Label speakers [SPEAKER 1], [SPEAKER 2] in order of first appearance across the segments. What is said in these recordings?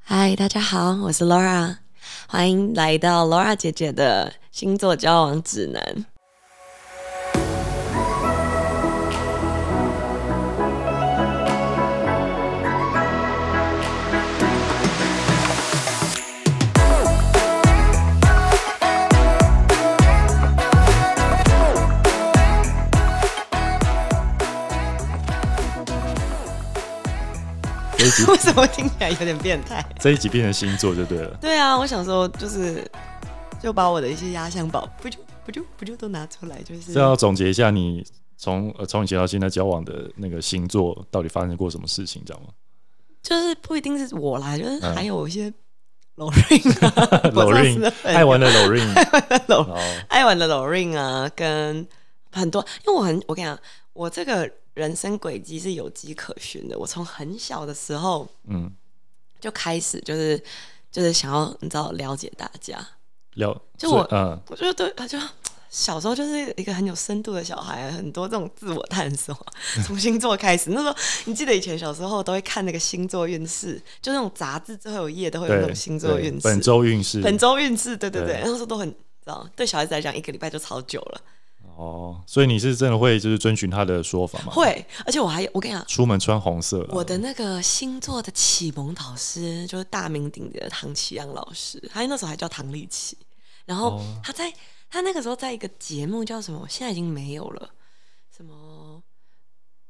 [SPEAKER 1] 嗨，大家好，我是 Laura，欢迎来到 Laura 姐姐的星座交往指南。
[SPEAKER 2] 这一集
[SPEAKER 1] 为什么听起来有点变态？
[SPEAKER 2] 这一集变成星座就对了。
[SPEAKER 1] 对啊，我想说就是就把我的一些压箱宝，不就不就不就都拿出来，就是
[SPEAKER 2] 这要总结一下你从呃从以前到现在交往的那个星座到底发生过什么事情，知道吗？
[SPEAKER 1] 就是不一定是我啦，就是
[SPEAKER 2] 嗯
[SPEAKER 1] 还有一些楼瑞啊，
[SPEAKER 2] l
[SPEAKER 1] 我
[SPEAKER 2] o
[SPEAKER 1] 上
[SPEAKER 2] r
[SPEAKER 1] 次
[SPEAKER 2] i
[SPEAKER 1] 的
[SPEAKER 2] n
[SPEAKER 1] 朋友
[SPEAKER 2] 爱玩的 l o r i n
[SPEAKER 1] 楼
[SPEAKER 2] 然后
[SPEAKER 1] 爱玩的 l o r i n 啊，跟很多，因为我很，我跟你讲，我这个人生轨迹是有迹可循的。我从很小的时候
[SPEAKER 2] 嗯，
[SPEAKER 1] 就开始，就是就是想要你知道了解大家，
[SPEAKER 2] 了
[SPEAKER 1] 就
[SPEAKER 2] 所以
[SPEAKER 1] 我
[SPEAKER 2] 嗯，
[SPEAKER 1] 我就对，就小时候就是一个很有深度的小孩，很多这种自我探索，从星座开始。那时候你记得以前小时候都会看那个星座运势，就那种杂志最后一页都会有那
[SPEAKER 2] 对，
[SPEAKER 1] 种星座
[SPEAKER 2] 对
[SPEAKER 1] 运势，
[SPEAKER 2] 本周运势，
[SPEAKER 1] 本周运势，对对对，
[SPEAKER 2] 对
[SPEAKER 1] 那时候都很，你知道，对小孩子来讲，一个礼拜就超久了。
[SPEAKER 2] 哦，所以你是真的会就是遵循他的说法吗？，
[SPEAKER 1] 会，而且我还有我跟你讲，
[SPEAKER 2] 出门穿红色啦，
[SPEAKER 1] 我的那个星座的启蒙导师就是大名鼎鼎的唐启阳老师，他那时候还叫唐立奇。然后
[SPEAKER 2] 哦
[SPEAKER 1] 他在、他那个时候在一个节目叫什么，现在已经没有了，什么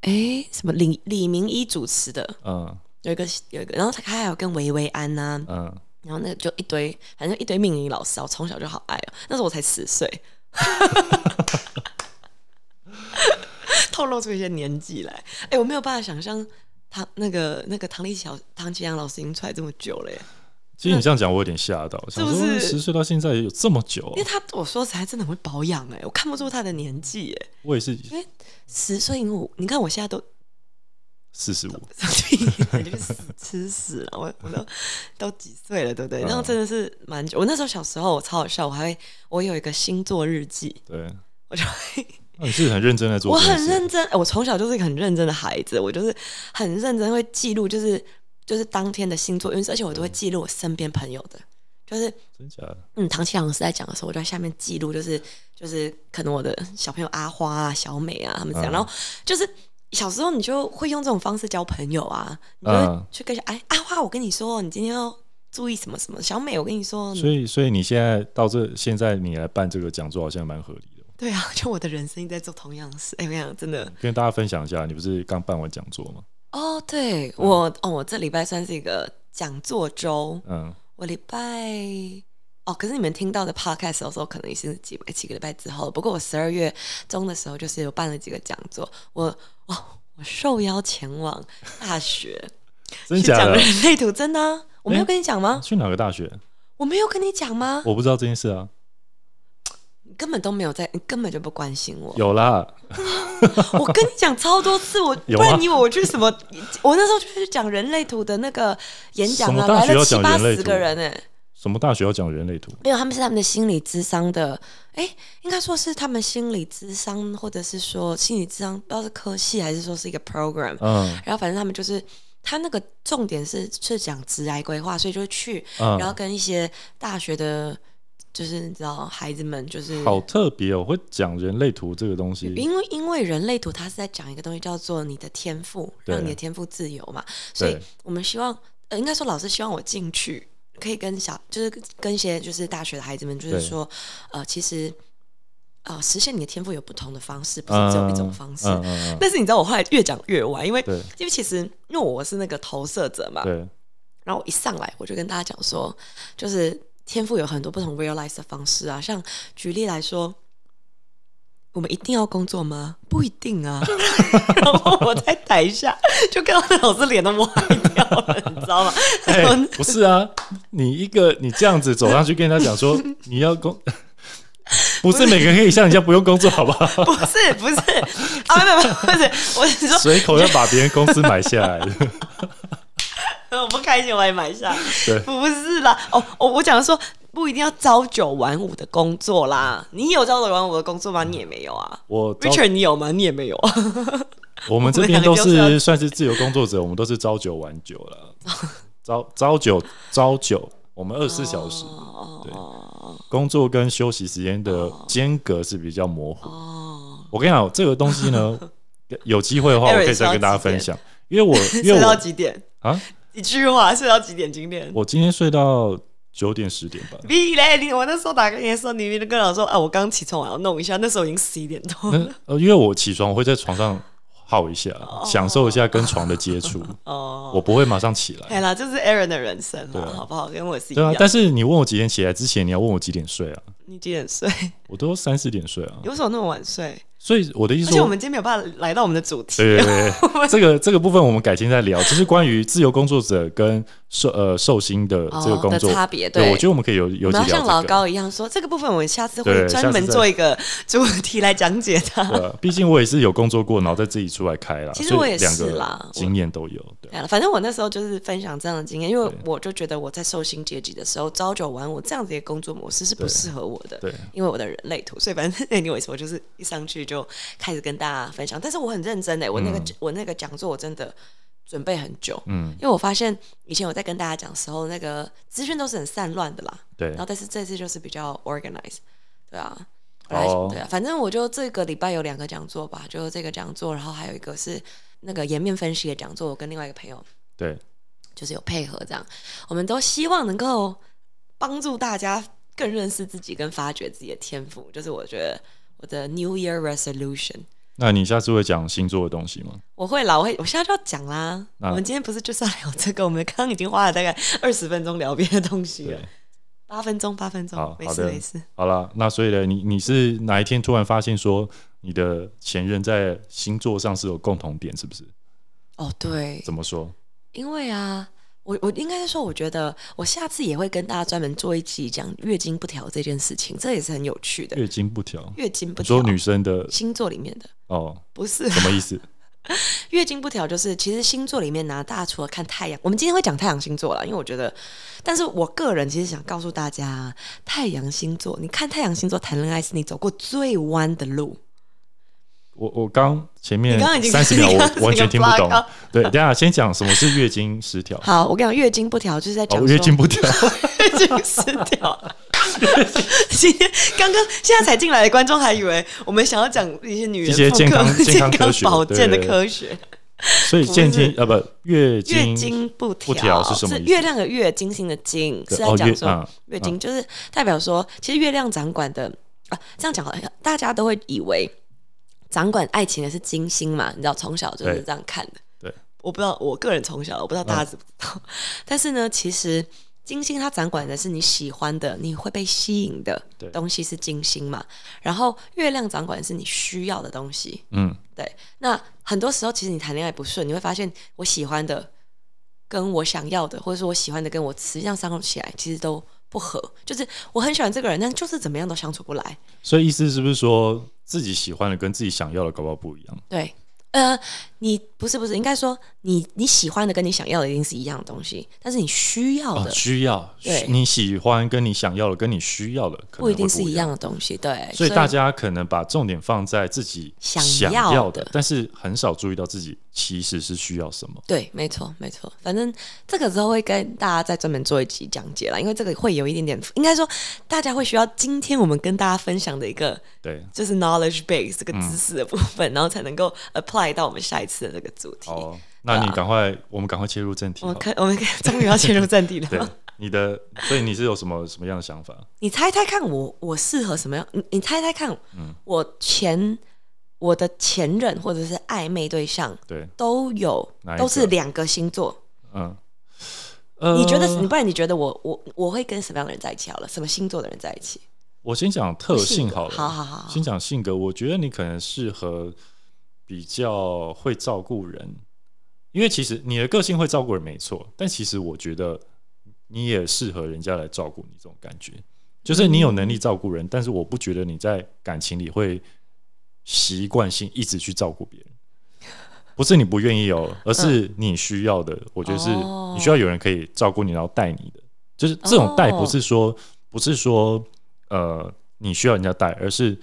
[SPEAKER 1] 诶，什么李李明一主持的
[SPEAKER 2] 嗯
[SPEAKER 1] 有一个有一个，然后他他还有跟维维安啊呐、
[SPEAKER 2] 嗯，
[SPEAKER 1] 然后那个就一堆，反正一堆命理老师啊，我从小就好爱哦。那时候我才十岁， 透露出一些年纪来。哎、我没有办法想象唐那个那个唐立小唐奇阳老师已经出来这么久了耶，
[SPEAKER 2] 其实你这样讲我有点吓到，
[SPEAKER 1] 不
[SPEAKER 2] 想
[SPEAKER 1] 是
[SPEAKER 2] 说十岁到现在有这么久啊
[SPEAKER 1] 因为，他我说实在真的很会保养哎，我看不出他的年纪耶。
[SPEAKER 2] 我也是
[SPEAKER 1] 十岁，因为我你看我现在都
[SPEAKER 2] 四十五，
[SPEAKER 1] 你就死吃屎了！我我都都几岁了，对不对？
[SPEAKER 2] 嗯
[SPEAKER 1] 然后真的是蛮久。我那时候小时候我超好笑，我还会我有一个星座日记，
[SPEAKER 2] 对，
[SPEAKER 1] 我就会。
[SPEAKER 2] 那你是很认真在做
[SPEAKER 1] 我
[SPEAKER 2] 这件
[SPEAKER 1] 很
[SPEAKER 2] 事，
[SPEAKER 1] 认真，呃我从小就是一个很认真的孩子，我就是很认真会记录，就是就是当天的星座运势，而且我
[SPEAKER 2] 嗯
[SPEAKER 1] 都会记录我身边朋友的，就是
[SPEAKER 2] 真假的，
[SPEAKER 1] 嗯，唐启阳老师在讲的时候，我就在下面记录，就是就是可能我的小朋友阿花啊、小美啊他们这样，
[SPEAKER 2] 嗯
[SPEAKER 1] 然后就是小时候你就会用这种方式交朋友啊，你就会
[SPEAKER 2] 嗯
[SPEAKER 1] 去跟小哎阿花，我跟你说，你今天要注意什么什么，小美，我跟你说，你
[SPEAKER 2] 所以，所以你现在到这，现在你来办这个讲座，好像蛮合理的。
[SPEAKER 1] 对啊，就我的人生一直在做同样的事，哎，我跟你讲，真的。
[SPEAKER 2] 跟大家分享一下，你不是刚办完讲座吗？
[SPEAKER 1] 哦，对
[SPEAKER 2] 嗯
[SPEAKER 1] 我哦，我这礼拜算是一个讲座周，
[SPEAKER 2] 嗯，
[SPEAKER 1] 我礼拜哦，可是你们听到的 podcast 有时候可能已经是几几个礼拜之后了，不过我十二月中的时候就是有办了几个讲座，我哦，我受邀前往大学
[SPEAKER 2] 真
[SPEAKER 1] 去
[SPEAKER 2] 假
[SPEAKER 1] 讲
[SPEAKER 2] 的？
[SPEAKER 1] 人类图，真的啊、我没有
[SPEAKER 2] 诶
[SPEAKER 1] 跟你讲吗？
[SPEAKER 2] 去哪个大学？
[SPEAKER 1] 我没有跟你讲吗？
[SPEAKER 2] 我不知道这件事啊。
[SPEAKER 1] 你根本都没有在，你根本就不关心我。
[SPEAKER 2] 有啦，
[SPEAKER 1] 我跟你讲超多次，我
[SPEAKER 2] 有
[SPEAKER 1] 不
[SPEAKER 2] 吗
[SPEAKER 1] 然你以为我去什么？ 我那时候就是讲人类图的那个演讲
[SPEAKER 2] 什
[SPEAKER 1] 啊，
[SPEAKER 2] 么大
[SPEAKER 1] 来
[SPEAKER 2] 学
[SPEAKER 1] 了
[SPEAKER 2] 要
[SPEAKER 1] 七
[SPEAKER 2] 讲
[SPEAKER 1] 八
[SPEAKER 2] 人类
[SPEAKER 1] 十
[SPEAKER 2] 图
[SPEAKER 1] 个人哎、
[SPEAKER 2] 什么大学要讲人类图？
[SPEAKER 1] 没有，他们是他们的心理智商的，哎，应该说是他们心理智商，或者是说心理智商，不知道是科系还是说是一个 program。
[SPEAKER 2] 嗯
[SPEAKER 1] 然后反正他们就是，他那个重点是是讲职涯规划，所以就是去，
[SPEAKER 2] 嗯
[SPEAKER 1] 然，后跟一些大学的，就是你知道孩子们就是
[SPEAKER 2] 好特别哦，会讲人类图这个东西。
[SPEAKER 1] 因为因为人类图它是在讲一个东西叫做你的天赋，
[SPEAKER 2] 对
[SPEAKER 1] 让你的天赋自由嘛，所以
[SPEAKER 2] 对
[SPEAKER 1] 我们希望，呃，应该说老师希望我进去可以跟小，就是跟一些就是大学的孩子们，就是
[SPEAKER 2] 对
[SPEAKER 1] 说，呃，其实，呃，实现你的天赋有不同的方式，不是只有一种方式。
[SPEAKER 2] 嗯嗯嗯
[SPEAKER 1] 但是你知道，我后来越讲越歪，因为
[SPEAKER 2] 对
[SPEAKER 1] 因为其实因为我是那个投射者嘛，
[SPEAKER 2] 嗯 对，
[SPEAKER 1] 然后我一上来我就跟大家讲说，就是天赋有很多不同 realize 的方式啊，像举例来说。我们一定要工作吗？不一定啊。 然后我在台下就看到那老师脸都歪掉了，你知道吗？
[SPEAKER 2] 哎、
[SPEAKER 1] 然后
[SPEAKER 2] 不是啊，你一个你这样子走上去跟他讲 说你要工， 不是每个人可以像人家不用工作，好 不好？
[SPEAKER 1] 不是不是啊，没有没有不是，我是说
[SPEAKER 2] 随口要把别人公司买下来，
[SPEAKER 1] 我不开心我也买下来，
[SPEAKER 2] 对
[SPEAKER 1] 不是啦，哦，我我讲说不一定要朝九晚五的工作啦，你有朝九晚五的工作吗？你也 没有啊。
[SPEAKER 2] 我招
[SPEAKER 1] Richard，你有吗？你也没有啊。
[SPEAKER 2] 我们这边
[SPEAKER 1] 我们两
[SPEAKER 2] 都
[SPEAKER 1] 个就是要
[SPEAKER 2] 是算是自由工作者，我们都是朝九晚九了。朝朝九朝九，我们二十四小时、
[SPEAKER 1] 哦
[SPEAKER 2] 对
[SPEAKER 1] 哦
[SPEAKER 2] 工作跟休息时间的
[SPEAKER 1] 哦
[SPEAKER 2] 间隔是比较模糊。
[SPEAKER 1] 哦，
[SPEAKER 2] 我跟你讲，这个东 西呢，有机会的话，我
[SPEAKER 1] Eric
[SPEAKER 2] 可以再跟大家分享，因 为我因
[SPEAKER 1] 睡
[SPEAKER 2] 为
[SPEAKER 1] 到
[SPEAKER 2] 我
[SPEAKER 1] 几点
[SPEAKER 2] 啊？
[SPEAKER 1] 一句话，睡到几点？今天？。
[SPEAKER 2] 我今天睡到九点十点吧
[SPEAKER 1] 你嘞，你我那时候打给你的时候，你就跟我说啊，我刚起床，我要弄一下。那时候已经十一点多了。
[SPEAKER 2] 那呃，因为我起床我会在床上耗一下，享受一下跟床的接 触，我
[SPEAKER 1] 哦，
[SPEAKER 2] 不会马上起
[SPEAKER 1] 哎
[SPEAKER 2] 来。
[SPEAKER 1] 啦，这是 Aaron 的人生
[SPEAKER 2] 对
[SPEAKER 1] 啦，
[SPEAKER 2] 啊
[SPEAKER 1] 好不好？跟我是一
[SPEAKER 2] 对
[SPEAKER 1] 样
[SPEAKER 2] 啊，。但是你问我几点起来之前，你要问我几点睡啊？
[SPEAKER 1] 你几点睡？
[SPEAKER 2] 我都三四点睡啊
[SPEAKER 1] 你，为什么那么晚睡？
[SPEAKER 2] 所以我的意思
[SPEAKER 1] 而且我
[SPEAKER 2] 说，
[SPEAKER 1] 们今天没有办法来到我们的主题。
[SPEAKER 2] 对对对 对，这个这个部分我们改天再聊，就是关于自由工作者跟受呃受薪的
[SPEAKER 1] 哦
[SPEAKER 2] 这个工作
[SPEAKER 1] 的差别
[SPEAKER 2] 对
[SPEAKER 1] 对
[SPEAKER 2] 我觉得我们可以有有
[SPEAKER 1] 我
[SPEAKER 2] 几
[SPEAKER 1] 们要
[SPEAKER 2] 聊
[SPEAKER 1] 像老
[SPEAKER 2] 这个。
[SPEAKER 1] 高一样说，这个部分我们下次
[SPEAKER 2] 对
[SPEAKER 1] 会专
[SPEAKER 2] 下
[SPEAKER 1] 门
[SPEAKER 2] 次再
[SPEAKER 1] 做一个主题来讲解它。
[SPEAKER 2] 对 啊，毕竟我也是有工作过，然后再自己出来开啦，
[SPEAKER 1] 其实
[SPEAKER 2] 所以
[SPEAKER 1] 我也
[SPEAKER 2] 两个
[SPEAKER 1] 是啦
[SPEAKER 2] 经验都有。对
[SPEAKER 1] 对了，反正我那时候就是分享这样的经验，因为
[SPEAKER 2] 对
[SPEAKER 1] 我就觉得我在受薪阶级的时候，朝九晚五这样子的工作模式是不
[SPEAKER 2] 对
[SPEAKER 1] 适合我的。
[SPEAKER 2] 对，
[SPEAKER 1] 因为我的人类图，所以反正 anyway，我就是一上去就开始跟大家分享。但是我很认真的、欸我那个、我那个讲座我真的准备很久，
[SPEAKER 2] 嗯，
[SPEAKER 1] 因为我发现以前我在跟大家讲的时候，那个资讯都是很散乱的啦。
[SPEAKER 2] 对
[SPEAKER 1] 然后，但是这次就是比较 organize，对啊，本来
[SPEAKER 2] 哦
[SPEAKER 1] 对啊，反正我就这个礼拜有两个讲座吧，就是这个讲座，然后还有一个是那个颜面分析的讲座，我跟另外一个朋友
[SPEAKER 2] 对，
[SPEAKER 1] 就是有配合这样，我们都希望能够帮助大家更认识自己跟发掘自己的天赋，就是我觉得我的 New Year Resolution。
[SPEAKER 2] 那你下次会讲星座的东西吗？
[SPEAKER 1] 我会啦，我会，我现在就要讲啦。
[SPEAKER 2] 啊
[SPEAKER 1] 我们今天不是就是要聊这个？我们刚刚已经花了大概二十分钟聊别的东西了
[SPEAKER 2] 对，，
[SPEAKER 1] 八分钟，八分钟
[SPEAKER 2] 好，
[SPEAKER 1] 没
[SPEAKER 2] 好
[SPEAKER 1] 事
[SPEAKER 2] 的
[SPEAKER 1] 没事。
[SPEAKER 2] 好啦，那所以呢，你你是哪一天突然发现说你的前任在星座上是有共同点，是不是？
[SPEAKER 1] 哦，对，
[SPEAKER 2] 怎么说？
[SPEAKER 1] 因为啊，我我应该是说，我觉得我下次也会跟大家专门做一期讲月经不调这件事情，这也是很有趣的。
[SPEAKER 2] 月经不调，
[SPEAKER 1] 月经不
[SPEAKER 2] 嗯你
[SPEAKER 1] 调
[SPEAKER 2] 说，女生的
[SPEAKER 1] 星座里面的
[SPEAKER 2] 哦，
[SPEAKER 1] 不是
[SPEAKER 2] 什么意思？
[SPEAKER 1] 月经不调，就是其实星座里面呢，大家除了看太阳，我们今天会讲太阳星座啦，因为我觉得，但是我个人其实想告诉大家，太阳星座，你看太阳星座谈恋爱是你走过最弯的路。
[SPEAKER 2] 我我刚前面
[SPEAKER 1] 你刚刚已经
[SPEAKER 2] 三十秒
[SPEAKER 1] 你刚刚已
[SPEAKER 2] 我
[SPEAKER 1] 经
[SPEAKER 2] 完全听不懂
[SPEAKER 1] block out。
[SPEAKER 2] 对，等一下先讲什么是月经失调。
[SPEAKER 1] 好，我跟你讲，月经不调就是在讲
[SPEAKER 2] 哦，
[SPEAKER 1] 说、
[SPEAKER 2] 月经 不调，
[SPEAKER 1] 月经失调。 今天刚刚现在才进来的观众还以为我们想要讲一些女人
[SPEAKER 2] 一些
[SPEAKER 1] 妇科
[SPEAKER 2] 健康健
[SPEAKER 1] 健
[SPEAKER 2] 康科学
[SPEAKER 1] 保健的
[SPEAKER 2] 对
[SPEAKER 1] 科学。
[SPEAKER 2] 所以健经啊不月
[SPEAKER 1] 月
[SPEAKER 2] 经
[SPEAKER 1] 经不
[SPEAKER 2] 不调是什么
[SPEAKER 1] 是
[SPEAKER 2] 意思
[SPEAKER 1] 月亮的月，金星的金，
[SPEAKER 2] 对
[SPEAKER 1] 是在
[SPEAKER 2] 哦
[SPEAKER 1] 讲说、
[SPEAKER 2] 月啊
[SPEAKER 1] 月经就是代表说，其实月亮掌管的啊，这样讲好像大家都会以为掌管爱情的是金星嘛，你知道从小就是
[SPEAKER 2] 对
[SPEAKER 1] 这样看的。
[SPEAKER 2] 对，啊
[SPEAKER 1] 我不知道我个人从小我不知道大家知不知道，但是呢，其实金星它掌管的是你喜欢的，你会被吸引的
[SPEAKER 2] 对
[SPEAKER 1] 东西是金星嘛，然后月亮掌管的是你需要的东西。
[SPEAKER 2] 嗯
[SPEAKER 1] 对，那很多时候其实你谈恋爱不顺，你会发现我喜欢的跟我想要的，或者说我喜欢的跟我实际上相处起来其实都不合。就是我很喜欢这个人，但就是怎么样都相处不来。
[SPEAKER 2] 所以意思是不是说自己喜欢的跟自己想要的搞不好不一样？
[SPEAKER 1] 对，呃，你不是不是，应该说你你喜欢的跟你想要的一定是一样的东西，但是你需要
[SPEAKER 2] 啊
[SPEAKER 1] 的，
[SPEAKER 2] 需要
[SPEAKER 1] 对
[SPEAKER 2] 你喜欢跟你想要的跟你需要的可能
[SPEAKER 1] 不
[SPEAKER 2] 会
[SPEAKER 1] 一定是
[SPEAKER 2] 一
[SPEAKER 1] 一样。的东西。对，
[SPEAKER 2] 所以大家可能把重点放在自己
[SPEAKER 1] 想
[SPEAKER 2] 想
[SPEAKER 1] 要
[SPEAKER 2] 要
[SPEAKER 1] 的
[SPEAKER 2] 但是很少注意到自己其实是需要什么。
[SPEAKER 1] 对，没错，没错。反正这个之后会跟大家再专门做一集讲解啦，因为这个会有一点点，应该说大家会需要今天我们跟大家分享的一个
[SPEAKER 2] 对，
[SPEAKER 1] 就是 knowledge base
[SPEAKER 2] 嗯
[SPEAKER 1] 这个知识的部分，然后才能够 apply 到我们下一次的这个主题。
[SPEAKER 2] 好哦，那你赶快，我们赶快切入正题
[SPEAKER 1] 啊我
[SPEAKER 2] 好了。
[SPEAKER 1] 们可我们可 终于要进入正题
[SPEAKER 2] 对
[SPEAKER 1] 了。
[SPEAKER 2] 你的，所以你是有什么什么样的想法？
[SPEAKER 1] 你猜猜看我，我适合什么样？你你猜猜看，
[SPEAKER 2] 嗯
[SPEAKER 1] 我前我的前任或者是暧昧对象
[SPEAKER 2] 对，
[SPEAKER 1] 都有
[SPEAKER 2] 哪一个
[SPEAKER 1] 都是两个星座。
[SPEAKER 2] 嗯，呃
[SPEAKER 1] 你觉得？你不然你觉得我我我会跟什么样的人在一起？好了，什么星座的人在一起？
[SPEAKER 2] 我先讲特性
[SPEAKER 1] 性格
[SPEAKER 2] 好了，
[SPEAKER 1] 好好好好
[SPEAKER 2] 先讲性格。我觉得你可能适合比较会照顾人，因为其实你的个性会照顾人没错，但其实我觉得你也适合人家来照顾你这种感觉，就是你有能力照顾人，但是我不觉得你在感情里会习惯性一直去照顾别人。不是你不愿意哦，而是
[SPEAKER 1] 嗯
[SPEAKER 2] 你需要的。我觉得是
[SPEAKER 1] 哦
[SPEAKER 2] 你需要有人可以照顾你，然后带你的。就是这种带
[SPEAKER 1] 哦
[SPEAKER 2] 不是说、不是说呃你需要人家带，而是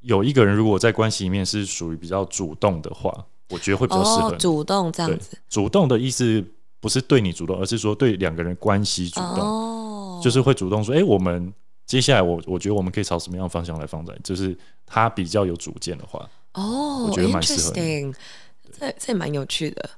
[SPEAKER 2] 有一个人如果在关系里面是属于比较主动的话，我觉得会比较适合
[SPEAKER 1] 哦，
[SPEAKER 2] 你。
[SPEAKER 1] 主动这样
[SPEAKER 2] 对
[SPEAKER 1] 子。，
[SPEAKER 2] 主动的意思不是对你主动，而是说对两个人关系主动，
[SPEAKER 1] 哦，
[SPEAKER 2] 就是会主动说，哎、我们接下来我我觉得我们可以朝什么样的方向来发展，就是他比较有主见的话，
[SPEAKER 1] 哦，
[SPEAKER 2] 我觉得蛮适合你
[SPEAKER 1] interesting，这这也蛮有趣的。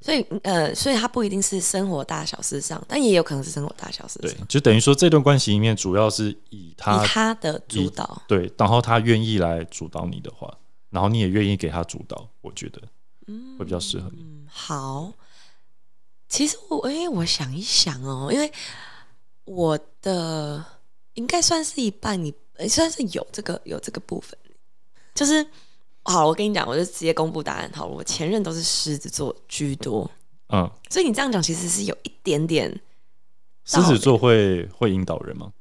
[SPEAKER 1] 所以呃，所以它不一定是生活大小事上，但也有可能是生活大小事
[SPEAKER 2] 对
[SPEAKER 1] 上，，
[SPEAKER 2] 就等于说这段关系里面主要是以他
[SPEAKER 1] 以他的
[SPEAKER 2] 以
[SPEAKER 1] 主导。
[SPEAKER 2] 对，然后他愿意来主导你的话，然后你也愿意给他主导，我觉得会比较适合你。
[SPEAKER 1] 嗯，好。其实我，哎、我想一想哦，因为我的应该算是一半一，呃算是有这个有这个部分，就是好，我跟你讲，我就直接公布答案好了。我前任都是狮子座居多，
[SPEAKER 2] 嗯，
[SPEAKER 1] 所以你这样讲其实是有一点点，
[SPEAKER 2] 狮子座会会引导人吗？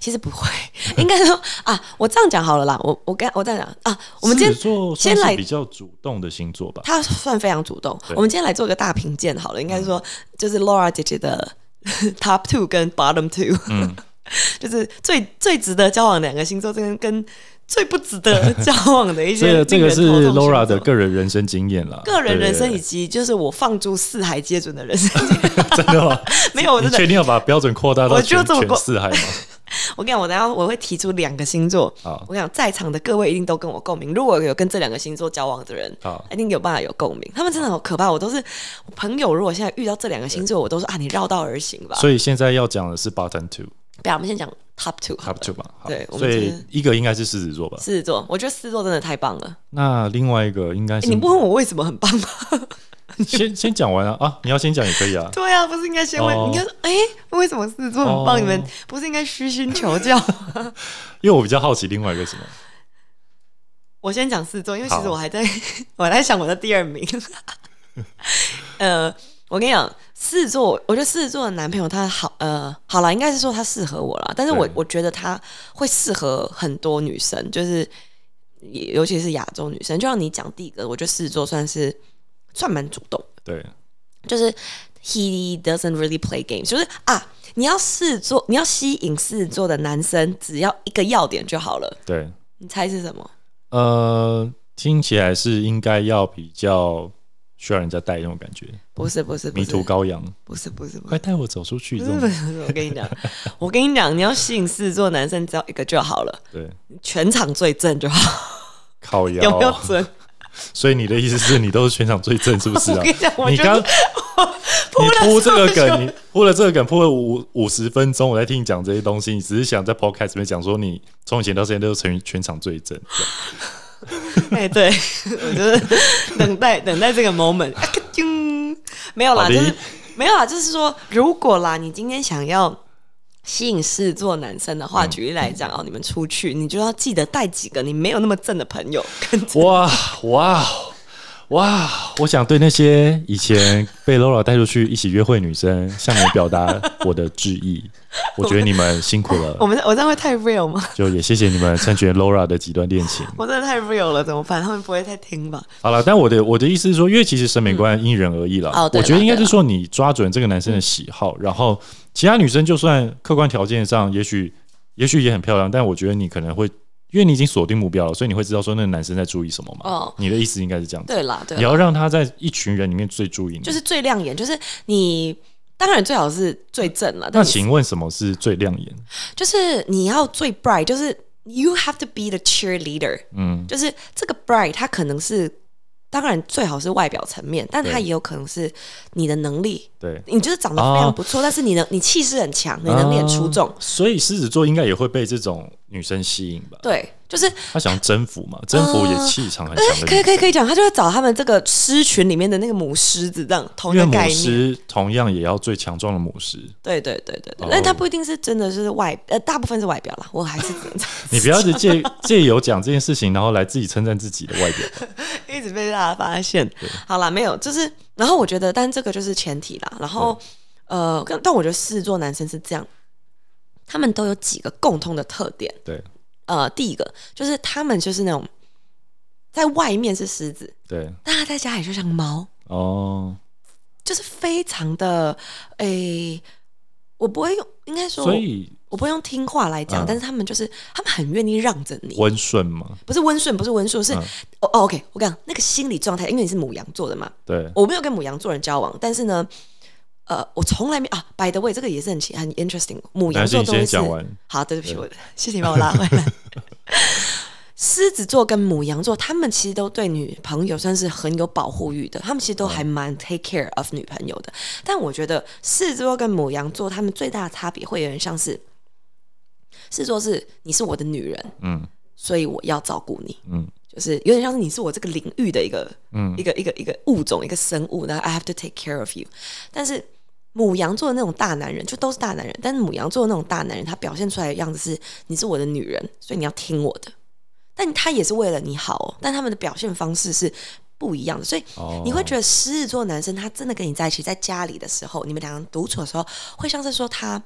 [SPEAKER 1] 其实不会， 应该说啊，我这样讲好了啦，我我跟我这样讲啊，我们今
[SPEAKER 2] 狮
[SPEAKER 1] 天
[SPEAKER 2] 子座
[SPEAKER 1] 先
[SPEAKER 2] 算是
[SPEAKER 1] 来
[SPEAKER 2] 比较主动的星座吧。
[SPEAKER 1] 他算非常主动。
[SPEAKER 2] 对嗯
[SPEAKER 1] 我们今天来做个大评鉴好了，应该说就是 Laura 姐姐的 top two 跟 bottom two，、
[SPEAKER 2] 嗯，
[SPEAKER 1] 就是最最值得交往的两个星座，跟跟最不值 得交往的一
[SPEAKER 2] 这
[SPEAKER 1] 些
[SPEAKER 2] 个这个
[SPEAKER 1] 令人头痛
[SPEAKER 2] 是
[SPEAKER 1] 星座
[SPEAKER 2] Laura 的个人人生经验啦，
[SPEAKER 1] 个人人生以
[SPEAKER 2] 对
[SPEAKER 1] 及就是我放诸四海皆准的人生，
[SPEAKER 2] 真的吗？
[SPEAKER 1] 没 有我
[SPEAKER 2] 你
[SPEAKER 1] 真的
[SPEAKER 2] 确定要把标准扩大到
[SPEAKER 1] 我就
[SPEAKER 2] 全
[SPEAKER 1] 这么
[SPEAKER 2] 全
[SPEAKER 1] 过
[SPEAKER 2] 四 海吗？
[SPEAKER 1] 我跟你讲，我等一下我会提出两个星座。
[SPEAKER 2] 好
[SPEAKER 1] 我跟你讲，在场的各位一定都跟我共鸣。如果有跟这两个星座交往的人，
[SPEAKER 2] 好，
[SPEAKER 1] 一定有办法有共鸣。他们真的好可怕。我都是我朋友，如果现在遇到这两个星座，我都说啊，你绕道而行吧。
[SPEAKER 2] 所以现在要讲的是 Bottom Two
[SPEAKER 1] 不要，我们先讲 top two 好
[SPEAKER 2] Top
[SPEAKER 1] 了。
[SPEAKER 2] Two 吧。好
[SPEAKER 1] 对我
[SPEAKER 2] 所
[SPEAKER 1] 们
[SPEAKER 2] 以
[SPEAKER 1] 今天
[SPEAKER 2] 一个应该是狮子座吧，
[SPEAKER 1] 狮子座，我觉得狮子座真的太棒了。
[SPEAKER 2] 那另外一个应该
[SPEAKER 1] 诶
[SPEAKER 2] 是
[SPEAKER 1] 哎你 不问我为什么很棒吗？
[SPEAKER 2] 先先讲完啊啊，你要先讲也可以啊。
[SPEAKER 1] 对啊，不是应该先问？
[SPEAKER 2] 哦
[SPEAKER 1] 你就说，哎、为什么狮子座很棒？
[SPEAKER 2] 哦
[SPEAKER 1] 你们不是应该虚心求教？
[SPEAKER 2] 因为我比较好奇另外一个什么，
[SPEAKER 1] 我先讲四座，因为其实
[SPEAKER 2] 好
[SPEAKER 1] 我还在 我还在想我的第二名。 呃，我跟你讲，四座，我觉得四座的男朋友他好，呃，好了，应该是说他适合我了，但是我
[SPEAKER 2] 对
[SPEAKER 1] 我觉得他会适合很多女生，就是也尤其是亚洲女生。就像你讲第一个，我觉得四座算是算蛮主动，
[SPEAKER 2] 对，
[SPEAKER 1] 就是 he doesn't really play games，就是啊，你要四座，你要吸引四座的男生，只要一个要点就好了。
[SPEAKER 2] 对，
[SPEAKER 1] 你猜是什么？
[SPEAKER 2] 呃，听起来是应该要比较需要人家带那种感觉，
[SPEAKER 1] 不是不是不
[SPEAKER 2] 迷
[SPEAKER 1] 是
[SPEAKER 2] 途羔羊，
[SPEAKER 1] 不是不是不
[SPEAKER 2] 快
[SPEAKER 1] 是
[SPEAKER 2] 带我走出去这
[SPEAKER 1] 不是不
[SPEAKER 2] 种，
[SPEAKER 1] 是，我跟你讲， 我跟你讲，你要吸引狮子座男生，只要一个就好了，
[SPEAKER 2] 对，
[SPEAKER 1] 全场最正就好，
[SPEAKER 2] 靠腰，
[SPEAKER 1] 有没有准？
[SPEAKER 2] 所以你的意思是你都是全场最正，是 不是
[SPEAKER 1] 我
[SPEAKER 2] 啊
[SPEAKER 1] 跟？你讲， 我
[SPEAKER 2] 你
[SPEAKER 1] 觉得
[SPEAKER 2] 刚 你铺这个梗，你铺了这个梗铺了五五十分钟，我在听你讲这些东西，你只是想在 podcast 里面讲说你从以前到现在都是全全场最正，
[SPEAKER 1] 哎，对，我就是等待 等待这个 moment，啊咔啾没有啦，
[SPEAKER 2] 好
[SPEAKER 1] 就
[SPEAKER 2] 的
[SPEAKER 1] 是没有啦，就是说，如果啦，你今天想要吸引狮子座男生的
[SPEAKER 2] 嗯
[SPEAKER 1] 话，举例来讲哦，你们出去，你就要记得带几个你没有那么正的朋友跟着
[SPEAKER 2] 哇哇哦哇！我想对那些以前被 Laura 带出去一起约会的女生，向你们表达我的致意。 我觉得你们辛苦
[SPEAKER 1] 我
[SPEAKER 2] 了，
[SPEAKER 1] 们我这样会太 real 吗？
[SPEAKER 2] 就也谢谢你们成全 Laura 的极端 恋情。
[SPEAKER 1] 我真的太 real 了，怎么办？他们不会太听吧？
[SPEAKER 2] 好了，但我的我的意思是说，因为其实审美观因人而异啦。
[SPEAKER 1] 嗯哦对
[SPEAKER 2] 我
[SPEAKER 1] 啦嗯
[SPEAKER 2] 觉得应该是说你抓准这个男生的喜好，然后其他女生就算客观条件上也许也许也很漂亮，但我觉得你可能会。因为你已经锁定目标了，所以你会知道说那个男生在注意什么嘛？
[SPEAKER 1] 哦
[SPEAKER 2] 你的意思应该是这样子。
[SPEAKER 1] 对啦，对
[SPEAKER 2] 你
[SPEAKER 1] 啦，
[SPEAKER 2] 要让他在一群人里面最注意你。
[SPEAKER 1] 就是最亮眼，就是你。当然最好是最正了，
[SPEAKER 2] 那
[SPEAKER 1] 但
[SPEAKER 2] 请问什么是最亮眼？
[SPEAKER 1] 就是你要最 bright，就是 you have to be the cheerleader，
[SPEAKER 2] 嗯，
[SPEAKER 1] 就是这个 bright，它可能是当然最好是外表层面，但它
[SPEAKER 2] 对
[SPEAKER 1] 也有可能是你的能力，
[SPEAKER 2] 对，
[SPEAKER 1] 你就是长得非
[SPEAKER 2] 哦
[SPEAKER 1] 常不错，但是你能你气势很强，你能力很出众，
[SPEAKER 2] 啊所以狮子座应该也会被这种女生吸引吧？
[SPEAKER 1] 对，就是
[SPEAKER 2] 他想征服嘛，征服也气场很强的
[SPEAKER 1] 呃可以
[SPEAKER 2] 女
[SPEAKER 1] 可
[SPEAKER 2] 生。
[SPEAKER 1] 以可以讲，他就会找他们这个狮群里面的那个母狮子这样同一
[SPEAKER 2] 因为
[SPEAKER 1] 个
[SPEAKER 2] 母
[SPEAKER 1] 概念，
[SPEAKER 2] 狮同样也要最强壮的母狮，
[SPEAKER 1] 对对对对对
[SPEAKER 2] 哦，
[SPEAKER 1] 但他不一定是真的就是外，呃，大部分是外表啦，我还是只能这样
[SPEAKER 2] 你不要是借 借由讲这件事情，然后来自己称赞自己的外表。
[SPEAKER 1] 一直被大家发现。好啦，没有，就是，然后我觉得，但这个就是前提啦。然后，呃，但但我觉得狮子座男生是这样，他们都有几个共通的特点。
[SPEAKER 2] 对
[SPEAKER 1] 呃，第一个就是他们就是那种在外面是狮子，
[SPEAKER 2] 对，
[SPEAKER 1] 但他在家里就像猫，
[SPEAKER 2] 哦，
[SPEAKER 1] 就是非常的，诶、我不会用，应该说我，
[SPEAKER 2] 所以
[SPEAKER 1] 我不会用听话来讲，
[SPEAKER 2] 嗯
[SPEAKER 1] 但是他们就是他们很愿意让着你。
[SPEAKER 2] 温顺嘛，
[SPEAKER 1] 不是温顺，不是温顺，是、
[SPEAKER 2] 嗯
[SPEAKER 1] 哦哦，OK，我跟你讲，那个心理状态，因为你是母羊座的嘛，
[SPEAKER 2] 对
[SPEAKER 1] 我没有跟母羊座人交往，但是呢，呃，我从来没啊，by the way，这个也是很奇很 interesting。母羊
[SPEAKER 2] 但是
[SPEAKER 1] 座
[SPEAKER 2] 你
[SPEAKER 1] 都会
[SPEAKER 2] 先
[SPEAKER 1] 是
[SPEAKER 2] 讲完，
[SPEAKER 1] 好，对不起，
[SPEAKER 2] 对
[SPEAKER 1] 我谢谢你把我拉回来。狮子座跟母羊座，他们其实都对女朋友算是很有保护欲的，他们其实都还
[SPEAKER 2] 嗯
[SPEAKER 1] 蛮 take care of 女朋友的。但我觉得狮子座跟母羊座，他们最大的差别会有点像是，狮子座是你是我的女人，
[SPEAKER 2] 嗯
[SPEAKER 1] 所以我要照顾你，
[SPEAKER 2] 嗯
[SPEAKER 1] 就是有点像是你是我这个领域的一个
[SPEAKER 2] 嗯
[SPEAKER 1] 一个一个一个物种一个生物，然后 I have to take care of you。但是母羊座的那种大男人，就都是大男人，但是母羊座的那种大男人，他表现出来的样子是你是我的女人，所以你要听我的。但他也是为了你好哦，但他们的表现方式是不一样的，所以
[SPEAKER 2] 哦
[SPEAKER 1] 你会觉得狮子座男生他真的跟你在一起，在家里的时候，你们两个人独处的时候，会像是说他。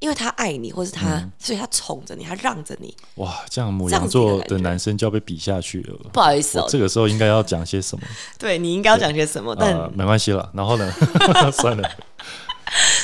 [SPEAKER 1] 因为他爱你，或是他，
[SPEAKER 2] 嗯
[SPEAKER 1] 所以他宠着你，他让着你。
[SPEAKER 2] 哇，这样母
[SPEAKER 1] 这样
[SPEAKER 2] 羊
[SPEAKER 1] 子的感
[SPEAKER 2] 座的
[SPEAKER 1] 觉
[SPEAKER 2] 男生就要被比下去了。
[SPEAKER 1] 不好意思哦
[SPEAKER 2] 我，这个时候应该要讲些什么？
[SPEAKER 1] 对你应该要讲些什么，但
[SPEAKER 2] 啊，没关系了。然后 呢？算了，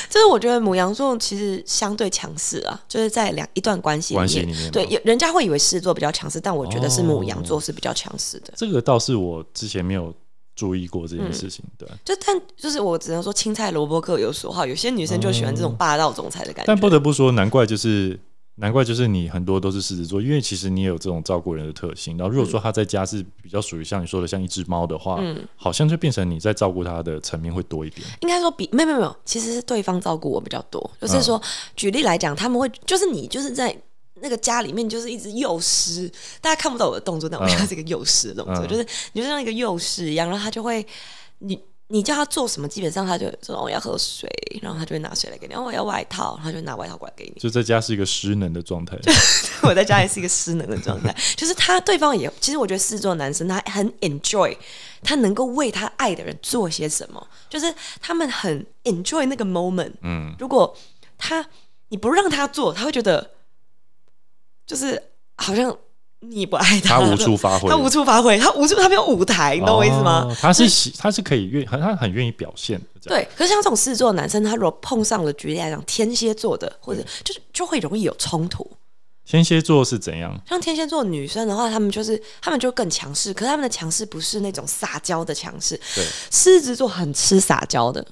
[SPEAKER 1] 就是我觉得母羊座其实相对强势啊，就是在两一段关系里
[SPEAKER 2] 关系
[SPEAKER 1] 面，
[SPEAKER 2] 里面
[SPEAKER 1] 对
[SPEAKER 2] 嘛，
[SPEAKER 1] 有人家会以为狮子座比较强势，但我觉得是母羊
[SPEAKER 2] 哦
[SPEAKER 1] 座是比较强势的。
[SPEAKER 2] 这个倒是我之前没有注意过这件事情。对，啊
[SPEAKER 1] 就但就是我只能说青菜萝卜各有所好，有些女生就喜欢这种霸道总裁的感觉。
[SPEAKER 2] 但不得不说，难怪就是难怪就是你很多都是狮子座，因为其实你也有这种照顾人的特性。然后如果说他在家是比较属于像你说的像一只猫的话，
[SPEAKER 1] 嗯
[SPEAKER 2] 好像就变成你在照顾它的层面会多一点。
[SPEAKER 1] 应该说比没有没有没有，其实是对方照顾我比较多。就是说，
[SPEAKER 2] 嗯
[SPEAKER 1] 举例来讲，他们会就是你就是在那个家里面就是一只幼狮，大家看不到我的动作，但我
[SPEAKER 2] 嗯
[SPEAKER 1] 像是一个幼狮的动作，
[SPEAKER 2] 嗯
[SPEAKER 1] 就是你就像一个幼狮一样，然后他就会你。你叫他做什么，基本上他就说、哦我要喝水，然后他就会拿水来给你，哦然后我要外套，然后他就拿外套过来给你。
[SPEAKER 2] 就在家是一个失能的状态。
[SPEAKER 1] 我在家里是一个失能的状态， 就是他对方也，其实我觉得狮子座男生他很 enjoy，他能够为他爱的人做些什么，就是他们很 enjoy 那个 moment。
[SPEAKER 2] 嗯，
[SPEAKER 1] 如果他你不让他做，他会觉得就是好像你不爱
[SPEAKER 2] 他
[SPEAKER 1] 他
[SPEAKER 2] 无处发 挥，
[SPEAKER 1] 他无处发挥，他无处他没有舞台，你懂我意思吗？
[SPEAKER 2] 哦他是喜，他是可以愿，很他很愿意表现的。这样，
[SPEAKER 1] 对，可是像这种狮子座的男生，他如果碰上了，举例来讲，天蝎座的，或者
[SPEAKER 2] 嗯
[SPEAKER 1] 就是就会容易有冲突。
[SPEAKER 2] 天蝎座是怎样？
[SPEAKER 1] 像天蝎座的女生的话，她们就是她们就更强势，可是她们的强势不是那种撒娇的强势。
[SPEAKER 2] 对，
[SPEAKER 1] 狮子座很吃撒娇的，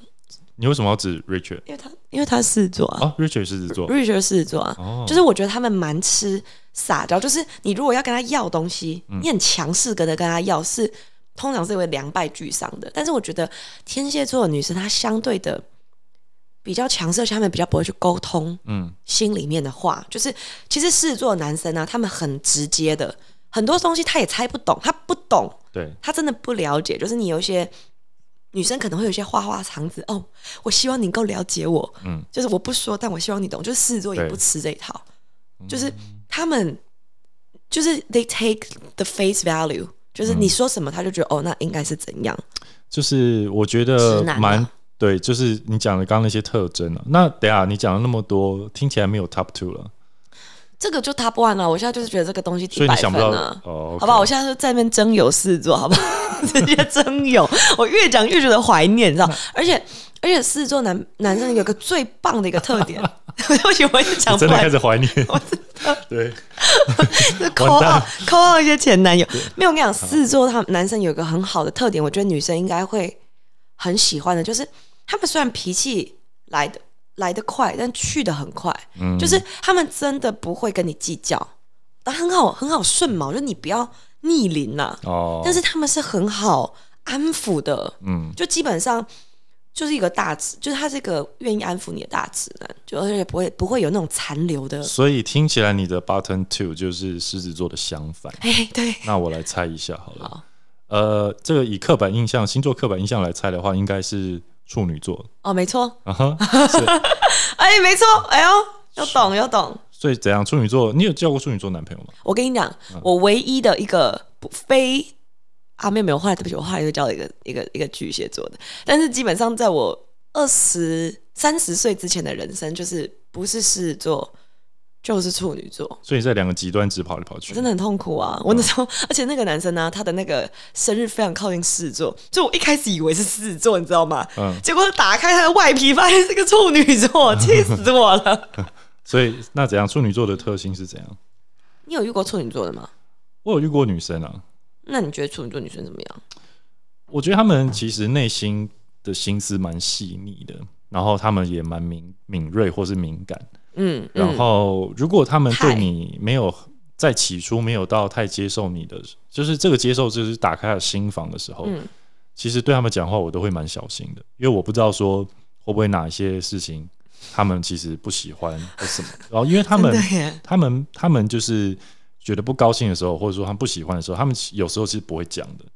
[SPEAKER 2] 你为什么要指 Richard
[SPEAKER 1] 因为她因为她是狮子座啊
[SPEAKER 2] 啊？Richard 狮子座，
[SPEAKER 1] 瑞雪是狮子座啊，
[SPEAKER 2] 哦，
[SPEAKER 1] 就是我觉得他们蛮吃撒娇，就是你如果要跟他要东西，你很强势跟他跟他要是，通常是会两败俱伤的。但是我觉得天蝎座的女生她相对的比较强势，而且她们比较不会去沟通
[SPEAKER 2] 嗯，
[SPEAKER 1] 心里面的话，就是其实狮子座的男生啊，他们很直接的，很多东西他也猜不懂，他不懂，
[SPEAKER 2] 对，
[SPEAKER 1] 他真的不了解，就是你有一些女生可能会有一些花花肠子哦，我希望你够了解我，
[SPEAKER 2] 嗯，
[SPEAKER 1] 就是我不说，但我希望你懂，就是狮子座也
[SPEAKER 2] 对
[SPEAKER 1] 不吃这一套，就是
[SPEAKER 2] 嗯
[SPEAKER 1] 他们就是 they take the face value，就是
[SPEAKER 2] 嗯
[SPEAKER 1] 你说什么他就觉得、哦，那应该是怎样，
[SPEAKER 2] 就是我觉
[SPEAKER 1] 直
[SPEAKER 2] 得
[SPEAKER 1] 男啊
[SPEAKER 2] 蛮对，就是你讲的刚刚那些特征啊。那等一下你讲了那么多，听起来没有 top two 了，
[SPEAKER 1] 这个就 top one 了、我现在就是觉得这个东西
[SPEAKER 2] 所
[SPEAKER 1] 一
[SPEAKER 2] 以你
[SPEAKER 1] 百
[SPEAKER 2] 想
[SPEAKER 1] 分
[SPEAKER 2] 不到
[SPEAKER 1] 啊。
[SPEAKER 2] 哦，
[SPEAKER 1] 好吧，我现在就在那边征友狮子座，好不 好？直接征友，我越讲越觉得怀念，你知道？
[SPEAKER 2] 嗯
[SPEAKER 1] 而且而且狮子座男男生有个最棒的一个特点， 对不起，我也讲不
[SPEAKER 2] 真的开
[SPEAKER 1] 完，
[SPEAKER 2] 始怀念， 对，
[SPEAKER 1] 就扣
[SPEAKER 2] 完蛋
[SPEAKER 1] 号扣号一些前男友。没有，我跟你讲，狮子座他们男生有一个很好的特点，我觉得女生应该会很喜欢的，就是他们虽然脾气来的来得快，但去的很快，
[SPEAKER 2] 嗯
[SPEAKER 1] 就是他们真的不会跟你计较，但很好很好顺毛，就是你不要逆鳞啊呐、
[SPEAKER 2] 哦，
[SPEAKER 1] 但是他们是很好安抚的，
[SPEAKER 2] 嗯，
[SPEAKER 1] 就基本上就是一个大直，就是他是一个愿意安抚你的大直男，就而且不会不会有那种残留的，
[SPEAKER 2] 所以听起来你的 button two 就是狮子座的相反。
[SPEAKER 1] 哎，对，
[SPEAKER 2] 那我来猜一下好了。
[SPEAKER 1] 好
[SPEAKER 2] 呃，这个以刻板印象、星座刻板印象来猜的话，应该是处女座
[SPEAKER 1] 哦，没错，
[SPEAKER 2] 啊哈。
[SPEAKER 1] 哎，没错，哎呦，要懂要懂。
[SPEAKER 2] 所以怎样？处女座，你有交过处女座男朋友吗？
[SPEAKER 1] 我跟你讲，我唯一的一个不非啊，没有没有，后来对不起，我后来又交了一个一个一个巨蟹座的，但是基本上在我二十三十岁之前的人生，就是不是狮子座就是处女座，
[SPEAKER 2] 所以在两个极端只跑来跑去，
[SPEAKER 1] 真的很痛苦啊！我那时候，而且那个男生呢、他的那个生日非常靠近狮子座，就我一开始以为是狮子座，你知道吗？
[SPEAKER 2] 嗯
[SPEAKER 1] 结果打开他的外皮，发现是个处女座，气死我了！
[SPEAKER 2] 所以那怎样？处女座的特性是怎样？
[SPEAKER 1] 你有遇过处女座的吗？
[SPEAKER 2] 我有遇过女生啊，
[SPEAKER 1] 那你觉得处女座女生怎么样？
[SPEAKER 2] 我觉得她们其实内心的心思蛮细腻的。然后他们也蛮敏敏锐或是敏感。
[SPEAKER 1] 嗯，
[SPEAKER 2] 然后如果他们
[SPEAKER 1] 太
[SPEAKER 2] 对你没有在起初没有到太接受你的，就是这个接受就是打开了心房的时候，
[SPEAKER 1] 嗯
[SPEAKER 2] 其实对他们讲话我都会蛮小心的，因为我不知道说会不会哪一些事情他们其实不喜欢或什么。然后因为他们
[SPEAKER 1] 真的耶
[SPEAKER 2] 他们他们就是觉得不高兴的时候，或者说他们不喜欢的时候，他们其有时候是不会讲的。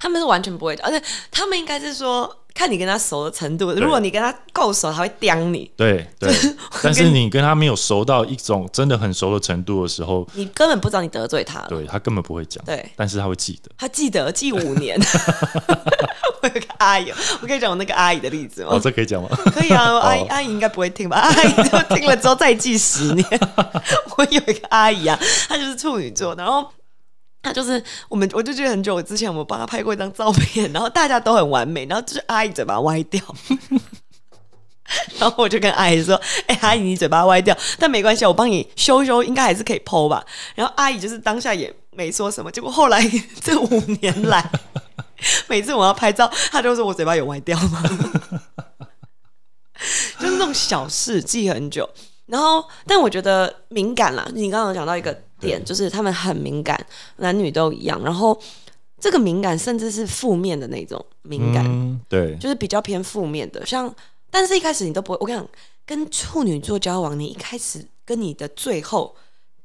[SPEAKER 1] 他们是完全不会的，而且他们应该是说，看你跟他熟的程度，如果你跟他够熟，他会刁你，
[SPEAKER 2] 对 对，但
[SPEAKER 1] 跟
[SPEAKER 2] 是你跟他没有熟到一种真的很熟的程度的时候，
[SPEAKER 1] 你根本不知道你得罪他了。
[SPEAKER 2] 对他根本不会讲，
[SPEAKER 1] 呃对
[SPEAKER 2] 但是他会记得。
[SPEAKER 1] 他记得记五年， 我有个阿姨，我可以讲我那个阿姨的例子吗？
[SPEAKER 2] 哦，这可 以讲吗？
[SPEAKER 1] 可以啊，阿姨阿姨应该不会听吧？ 阿姨就听了之后再记十年。 我有一个阿姨啊，她就是处女座，然后。她就是我们，我就觉得很久我之前我们帮她拍过一张照片，然后大家都很完美，然后就是阿姨嘴巴歪掉， 然后我就跟阿姨说：“哎、阿姨你嘴巴歪掉，但没关系，我帮你修一修，应该还是可以剖吧。”然后阿姨就是当下也没说什么，结果后来 这五年来， 每次我要拍照，她就说我嘴巴有歪掉吗？ 就是那种小事记很久。然后，但我觉得敏感啦，你刚刚有讲到一个点，
[SPEAKER 2] 对
[SPEAKER 1] 就是他们很敏感，男女都一样。然后这个敏感甚至是负面的那种敏感，
[SPEAKER 2] 嗯，对，
[SPEAKER 1] 就是比较偏负面的。像，但是一开始你都不会，我跟你讲，跟处女座交往，你一开始跟你的最后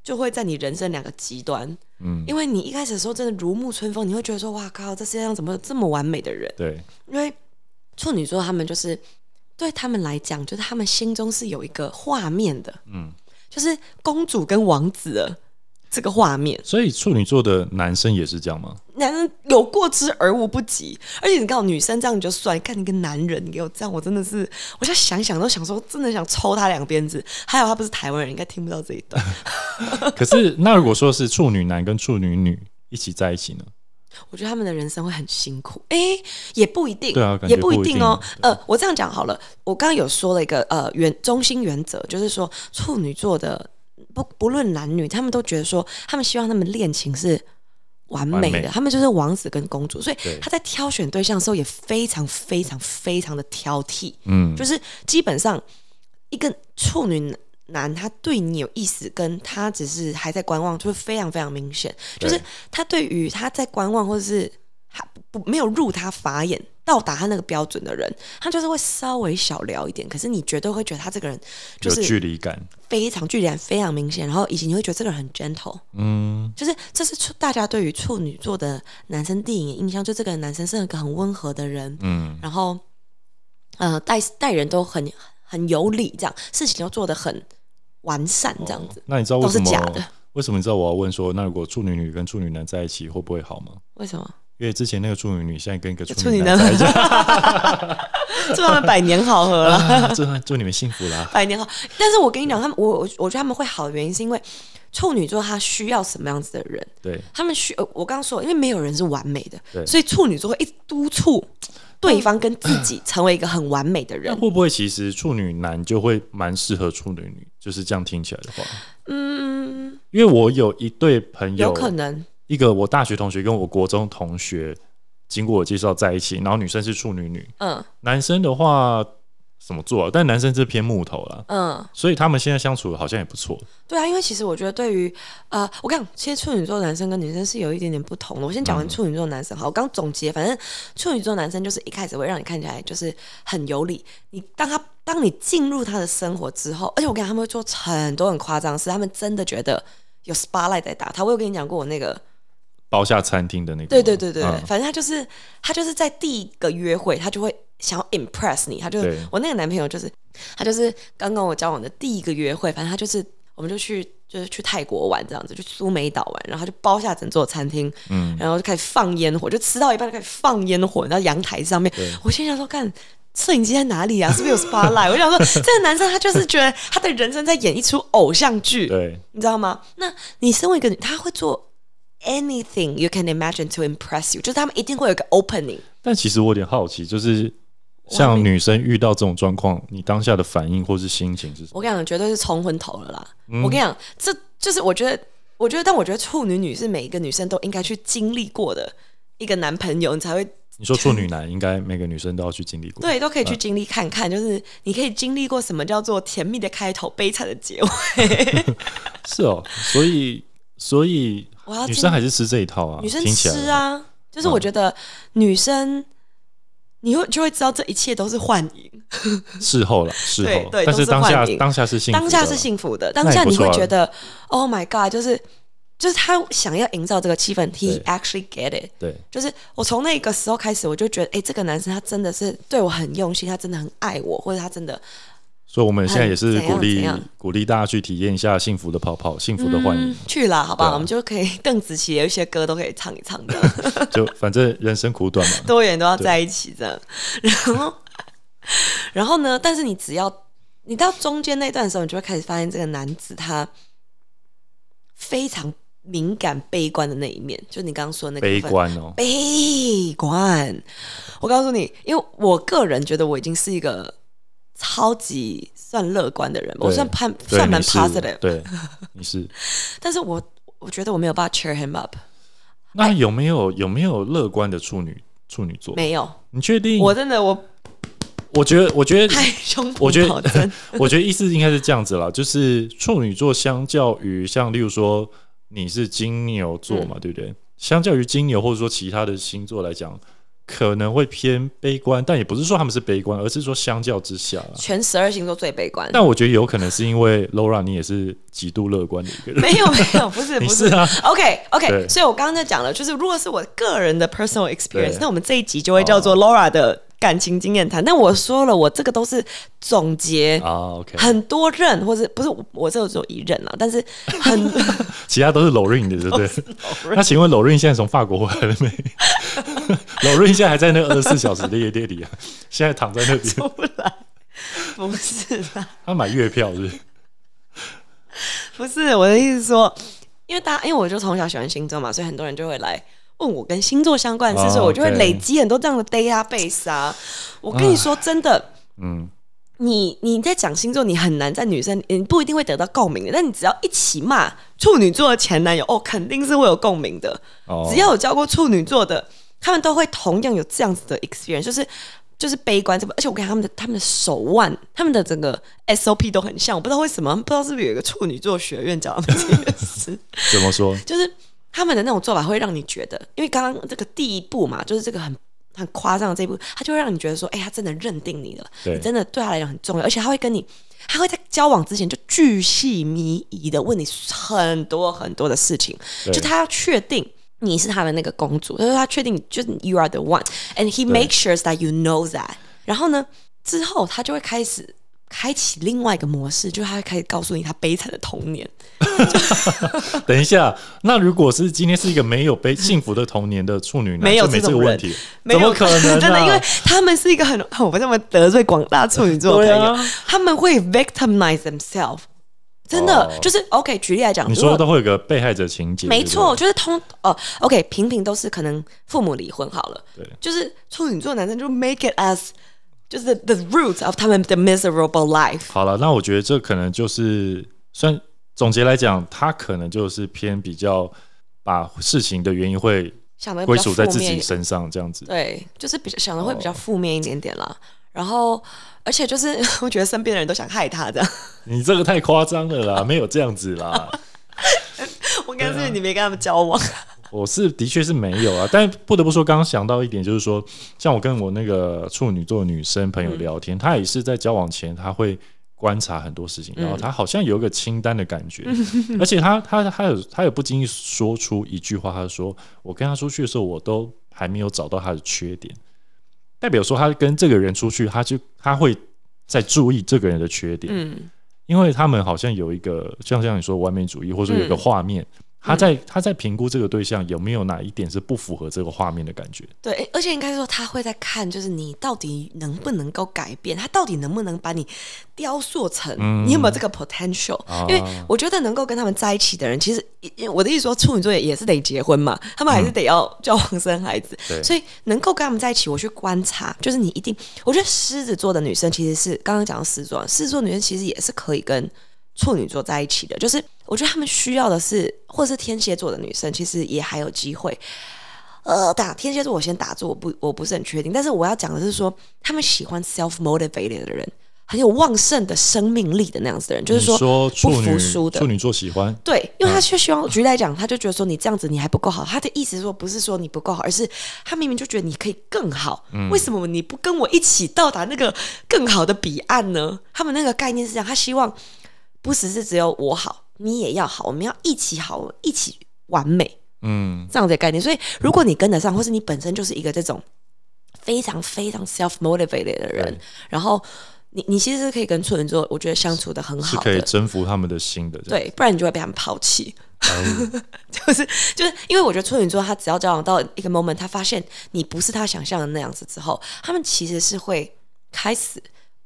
[SPEAKER 1] 就会在你人生两个极端，
[SPEAKER 2] 嗯，
[SPEAKER 1] 因为你一开始的时候真的如沐春风，你会觉得说，哇靠，这世界上怎么有这么完美的人？
[SPEAKER 2] 对，
[SPEAKER 1] 因为处女座他们就是对他们来讲，就是他们心中是有一个画面的，
[SPEAKER 2] 嗯，
[SPEAKER 1] 就是公主跟王子的这个画面，
[SPEAKER 2] 所以处女座的男生也是这样吗？
[SPEAKER 1] 男人有过之而无不及。而且你看，女生这样你就算，看你一个男人你给我这样，我真的是，我现在想想都想说，真的想抽他两鞭子。还有他不是台湾人，应该听不到这一段。
[SPEAKER 2] 可是那如果说是处女男跟处女女一起在一起呢？
[SPEAKER 1] 我觉得他们的人生会很辛苦，诶，也不一定，
[SPEAKER 2] 对啊感觉
[SPEAKER 1] 也不一定哦
[SPEAKER 2] 不一。定
[SPEAKER 1] 呃，我这样讲好了，我刚刚有说了一个呃原中心原则，就是说处女座的不不论男女，他们都觉得说，他们希望他们恋情是完美的，
[SPEAKER 2] 完美
[SPEAKER 1] 他们就是王子跟公主，所以
[SPEAKER 2] 对
[SPEAKER 1] 他在挑选对象的时候也非常非常非常的挑剔，
[SPEAKER 2] 嗯，
[SPEAKER 1] 就是基本上一个处女男，他对你有意思，跟他只是还在观望，就是非常非常明显。就
[SPEAKER 2] 对
[SPEAKER 1] 是他对于他在观望，或者是还不不没有入他法眼，到达他那个标准的人，他就是会稍微小聊一点。可是你绝对会觉得他这个人就
[SPEAKER 2] 有
[SPEAKER 1] 是
[SPEAKER 2] 距离感。
[SPEAKER 1] 非常距离感非常明显，然后以及你会觉得这个人很 gentle，
[SPEAKER 2] 嗯，
[SPEAKER 1] 就是这是处大家对于处女座的男生第一印象，就这个男生是一个很温和的人，
[SPEAKER 2] 嗯，
[SPEAKER 1] 然后呃待待人都很很有理，这样事情都做得很完善，这样子、
[SPEAKER 2] 那你知道为
[SPEAKER 1] 都
[SPEAKER 2] 什
[SPEAKER 1] 是
[SPEAKER 2] 么
[SPEAKER 1] 假的。
[SPEAKER 2] 为什么你知道我要问说，那如果处女女跟处女男在一起会不会好吗？
[SPEAKER 1] 为什么？
[SPEAKER 2] 因为之前那个处女女现在跟一个
[SPEAKER 1] 处
[SPEAKER 2] 处
[SPEAKER 1] 女
[SPEAKER 2] 女
[SPEAKER 1] 男
[SPEAKER 2] 男在一起，
[SPEAKER 1] 祝他们百年好合啦，
[SPEAKER 2] 啊祝祝你们幸福 啦！
[SPEAKER 1] 百年好。但是我跟你讲，他们我我我觉得他们会好的原因是因为处女座他需要什么样子的人，
[SPEAKER 2] 对，
[SPEAKER 1] 他们需呃我刚刚说了，因为没有人是完美的，
[SPEAKER 2] 对
[SPEAKER 1] 所以处女座会一直督促对方跟自己成为一个很完美的人
[SPEAKER 2] 那。会不会其实处女男就会蛮适合处女女？就是这样听起来的话，
[SPEAKER 1] 嗯，
[SPEAKER 2] 因为我有一对朋友，
[SPEAKER 1] 有可能。
[SPEAKER 2] 一个我大学同学跟我国中同学，经过我介绍在一起，然后女生是处女女，
[SPEAKER 1] 嗯
[SPEAKER 2] 男生的话怎么做、啊？但男生是偏木头啦，
[SPEAKER 1] 嗯，
[SPEAKER 2] 所以他们现在相处好像也不错。
[SPEAKER 1] 对啊，因为其实我觉得对于呃，我跟你讲，其实处女座男生跟女生是有一点点不同的。我先讲完处女座男生，好，我刚总结，反正处女座男生就是一开始会让你看起来就是很有理，你当他当你进入他的生活之后，而且我跟你讲，他们会做很多很夸张的事，他们真的觉得有 spotlight 在打他。我有跟你讲过我那个
[SPEAKER 2] 包下餐厅的那个，
[SPEAKER 1] 对对对对，对
[SPEAKER 2] 嗯
[SPEAKER 1] 反正他就是他就是在第一个约会，他就会想要 impress 你，他就
[SPEAKER 2] 对
[SPEAKER 1] 我那个男朋友就是他就是刚跟我交往的第一个约会，反正他就是我们就去就是去泰国玩这样子，去苏梅岛玩，然后他就包下整座餐厅，
[SPEAKER 2] 嗯
[SPEAKER 1] 然后就开始放烟火，就吃到一半就开始放烟火，然后阳台上面
[SPEAKER 2] 对，
[SPEAKER 1] 我心想说看。摄影机在哪里啊？是不是有 spotlight？我就想说，这个男生他就是觉得他的人生在演一出偶像剧，
[SPEAKER 2] 对
[SPEAKER 1] 你知道吗？那你身为一个女，她会做 anything you can imagine to impress you，就是他们一定会有一个 opening。
[SPEAKER 2] 但其实我有点好奇，就是像女生遇到这种状况，你当下的反应或是心情是什么？
[SPEAKER 1] 我跟你讲，绝对是冲昏头了啦！
[SPEAKER 2] 嗯
[SPEAKER 1] 我跟你讲，这就是我觉得，我觉得，但我觉得处女女是每一个女生都应该去经历过的一个男朋友，你才会
[SPEAKER 2] 你说处女男，应该每个女生都要去经历过。
[SPEAKER 1] 对，都可以去经历看看，就是你可以经历过什么叫做甜蜜的开头，悲惨的结尾。
[SPEAKER 2] 是哦，所以所以
[SPEAKER 1] 我要
[SPEAKER 2] 女
[SPEAKER 1] 经
[SPEAKER 2] 生还是吃这一套啊，
[SPEAKER 1] 女生
[SPEAKER 2] 听起来
[SPEAKER 1] 吃，啊，就是我觉得女生，你会就会知道这一切都是幻影，
[SPEAKER 2] 事后了，事
[SPEAKER 1] 对
[SPEAKER 2] 后，
[SPEAKER 1] 对
[SPEAKER 2] 但
[SPEAKER 1] 都
[SPEAKER 2] 是
[SPEAKER 1] 是
[SPEAKER 2] 当下
[SPEAKER 1] 幻影
[SPEAKER 2] 当下是幸福的，
[SPEAKER 1] 当下是幸福的，当
[SPEAKER 2] 那也
[SPEAKER 1] 下
[SPEAKER 2] 不
[SPEAKER 1] 你会
[SPEAKER 2] 错啊
[SPEAKER 1] 觉得 Oh my God，就是就是他想要营造这个气氛，He
[SPEAKER 2] 对
[SPEAKER 1] actually get it。
[SPEAKER 2] 对，
[SPEAKER 1] 就是我从那个时候开始，我就觉得，哎、这个男生他真的是对我很用心，他真的很爱我，或者他真的
[SPEAKER 2] 所以我们现在也是
[SPEAKER 1] 很怎样
[SPEAKER 2] 鼓励
[SPEAKER 1] 怎样
[SPEAKER 2] 鼓励大家去体验一下幸福的泡泡，幸福的幻影
[SPEAKER 1] 嗯。去啦，好不好？
[SPEAKER 2] 对啊
[SPEAKER 1] 我们就可以邓紫棋有一些歌都可以唱一唱的，
[SPEAKER 2] 就反正人生苦 短嘛，
[SPEAKER 1] 多远都要在一起这样。 然后，然后呢？但是你只要你到中间那段的时候，你就会开始发现这个男子他非常敏感、悲观的那一面，就你刚刚说的那个
[SPEAKER 2] 悲
[SPEAKER 1] 部分
[SPEAKER 2] 观哦，
[SPEAKER 1] 悲观。我告诉你，因为我个人觉得我已经是一个超级算乐观的人吧，我
[SPEAKER 2] 对
[SPEAKER 1] 算判
[SPEAKER 2] 对
[SPEAKER 1] 算蛮
[SPEAKER 2] 你是
[SPEAKER 1] positive，
[SPEAKER 2] 对，你是。
[SPEAKER 1] 但是我我觉得我没有办法 cheer him up，
[SPEAKER 2] 那有没有有没有乐观的处女处女座？
[SPEAKER 1] 没有，
[SPEAKER 2] 你确定？
[SPEAKER 1] 我真的哎我
[SPEAKER 2] 我觉得我 觉得
[SPEAKER 1] 拍胸
[SPEAKER 2] 我觉
[SPEAKER 1] 脯
[SPEAKER 2] 得
[SPEAKER 1] 保证，
[SPEAKER 2] 我觉得意思应该是这样子啦，就是处女座相较于像例如说你是金牛座
[SPEAKER 1] 嗯
[SPEAKER 2] 嘛，对不对？相较于金牛或者说其他的星座来讲，可能会偏悲观，但也不是说他们是悲观，而是说相较之下啦。
[SPEAKER 1] 全十二星座最悲观。
[SPEAKER 2] 但我觉得有可能是因为 Laura 你也是极度乐观的一 个人，
[SPEAKER 1] 没有没有，不是
[SPEAKER 2] 你
[SPEAKER 1] 不
[SPEAKER 2] 是啊，
[SPEAKER 1] OK
[SPEAKER 2] 对
[SPEAKER 1] OK，所以我刚刚在讲了，就是如果是我个人的 personal
[SPEAKER 2] 对哦
[SPEAKER 1] experience，那我们这一集就会叫做 Laura 的感情经验谈。但我说了，我这个都是总结
[SPEAKER 2] 啊 ，OK，
[SPEAKER 1] 很多任，或者不是我我这个只有一任啊啦，但是 很
[SPEAKER 2] 其他都是 Lorin 的，对
[SPEAKER 1] 哦
[SPEAKER 2] 不对？那请问 Lorin 现在从法国回来了没 ？Lorin 现在还在那二十四小时的夜店里啊，现在躺在那边，
[SPEAKER 1] 不来，不是啦，
[SPEAKER 2] 他买月票是不是？
[SPEAKER 1] 不是我的意思是说，因为大家因为我就从小喜欢星座嘛，所以很多人就会来。问我跟星座相关的事，
[SPEAKER 2] 哦
[SPEAKER 1] 所以我就会
[SPEAKER 2] OK
[SPEAKER 1] 累积很多这样的 database 啊。我跟你说，真的，
[SPEAKER 2] 嗯，
[SPEAKER 1] 你你在讲星座，你很难在女生，你不一定会得到共鸣的。但你只要一起骂处女座的前男友，哦，肯定是会有共鸣的。
[SPEAKER 2] 哦
[SPEAKER 1] 只要有教过处女座的，他们都会同样有这样子的 experience，就是就是悲观这个，而且我看他们的他们的手腕，他们的整个 SOP 都很像，我不知道为什么，不知道是不是有一个处女座学院教他们这件事，
[SPEAKER 2] 怎么说？
[SPEAKER 1] 就是他们的那种做法会让你觉得，因为刚刚这个第一步嘛，就是这个很。很夸张的这一步，他就会让你觉得说，哎、他真的认定你了，
[SPEAKER 2] 对
[SPEAKER 1] 你真的对他来讲很重要，而且他会跟你，他会在交往之前就巨细靡遗的问你很多很多的事情，
[SPEAKER 2] 对
[SPEAKER 1] 就他要确定你是他的那个公主，就是他确定你就是 you are the one，and he
[SPEAKER 2] 对
[SPEAKER 1] makes sure that you know that。然后呢，之后他就会开始开启另外一个模式，就是他会开始告诉你他悲惨的童年。
[SPEAKER 2] 等一下，那如果是今天是一个没有被幸福的童年的处女男，
[SPEAKER 1] 没有
[SPEAKER 2] 就没
[SPEAKER 1] 这
[SPEAKER 2] 这
[SPEAKER 1] 种
[SPEAKER 2] 个
[SPEAKER 1] 人
[SPEAKER 2] 问题，
[SPEAKER 1] 没有
[SPEAKER 2] 怎么可能、啊？
[SPEAKER 1] 真的，因为他们是一个很 我不这么得罪广大处女座的朋友，
[SPEAKER 2] 对啊
[SPEAKER 1] 他们会 victimize themselves。真的、
[SPEAKER 2] 哦
[SPEAKER 1] 就是 OK，举例来讲，
[SPEAKER 2] 你
[SPEAKER 1] 如
[SPEAKER 2] 说
[SPEAKER 1] 果
[SPEAKER 2] 都会有个被害者情节，
[SPEAKER 1] 没
[SPEAKER 2] 对不对
[SPEAKER 1] 错，，就是通哦，OK，平平都是可能父母离婚好了，
[SPEAKER 2] 对
[SPEAKER 1] 就是处女座男生就 make it as 就是 the root of 他们的 miserable life。
[SPEAKER 2] 好了，那我觉得这可能就是，算总结来讲，他可能就是偏比较把事情的原因会
[SPEAKER 1] 想的
[SPEAKER 2] 归属在自己
[SPEAKER 1] 身，
[SPEAKER 2] 身上，这样子。
[SPEAKER 1] 对，就是呃比较想的会比较负面一点点啦。
[SPEAKER 2] 哦
[SPEAKER 1] 然后，而且就是 我觉得身边的人都想害他这样。
[SPEAKER 2] 你这个太夸张了啦，没有这样子啦。
[SPEAKER 1] 我干
[SPEAKER 2] 啊
[SPEAKER 1] 脆你没跟他们交往，
[SPEAKER 2] 我是的确是没有啊，但不得不说，刚刚想到一点，就是说，像我跟我那个处女座女生朋友聊天，她也是在交往前，她会观察很多事情，然后她好像有一个清单的感觉，而且她她她有她有不经意说出一句话，她说：“我跟她出去的时候，我都还没有找到她的缺点。”代表说，她跟这个人出去，她就她会在注意这个人的缺点，
[SPEAKER 1] 嗯，
[SPEAKER 2] 因为他们好像有一个，就像像你说完美主义，或者说有一个画面，
[SPEAKER 1] 嗯
[SPEAKER 2] 他在他在评估这个对象有没有哪一点是不符合这个画面的感觉。
[SPEAKER 1] 对，而且应该说他会在看，就是你到底能不能够改变，他到底能不能把你雕塑成，
[SPEAKER 2] 嗯
[SPEAKER 1] 你有没有这个 potential？、
[SPEAKER 2] 啊
[SPEAKER 1] 因为我觉得能够跟他们在一起的人，其实因为我的意思说，处女座也也是得结婚嘛，他们还是得要交往生孩子，
[SPEAKER 2] 嗯对
[SPEAKER 1] 所以能够跟他们在一起，我去观察，就是你一定，我觉得狮子座的女生其实是刚刚讲到狮子座，狮子座女生其实也是可以跟处女座在一起的，就是我觉得他们需要的是，或是天蝎座的女生，其实也还有机会。呃，打天蝎座我先打住，我不我不是很确定。但是我要讲的是说，他们喜欢 self motivated 的人，很有旺盛的生命力的那样子的人，就是
[SPEAKER 2] 嗯你说
[SPEAKER 1] 不
[SPEAKER 2] 处
[SPEAKER 1] 服
[SPEAKER 2] 女
[SPEAKER 1] 输的
[SPEAKER 2] 处。女嗯座喜欢，
[SPEAKER 1] 对，因为他就希望，举例来讲，他就觉得说你这样子你还不够好。他的意思是说不是说你不够好，而是他明明就觉得你可以更好，
[SPEAKER 2] 嗯
[SPEAKER 1] 为什么你不跟我一起到达那个更好的彼岸呢？他们那个概念是这样，他希望不只是只有我好，你也要好，我们要一起好，一起完美
[SPEAKER 2] 嗯
[SPEAKER 1] 这样的概念。所以如果你跟得上，或是你本身就是一个这种非常非常 self motivated 的人
[SPEAKER 2] 对，
[SPEAKER 1] 然后你你其实是可以跟处女座，我觉得相处的很
[SPEAKER 2] 是
[SPEAKER 1] 好
[SPEAKER 2] 可以
[SPEAKER 1] 的。
[SPEAKER 2] 征服他们的心的。这样，
[SPEAKER 1] 对，不然你就会被他们抛弃。
[SPEAKER 2] 哦
[SPEAKER 1] 就是就是因为我觉得处女座，他只要交往到一个 moment，他发现你不是他想象的那样子之后，他们其实是会开始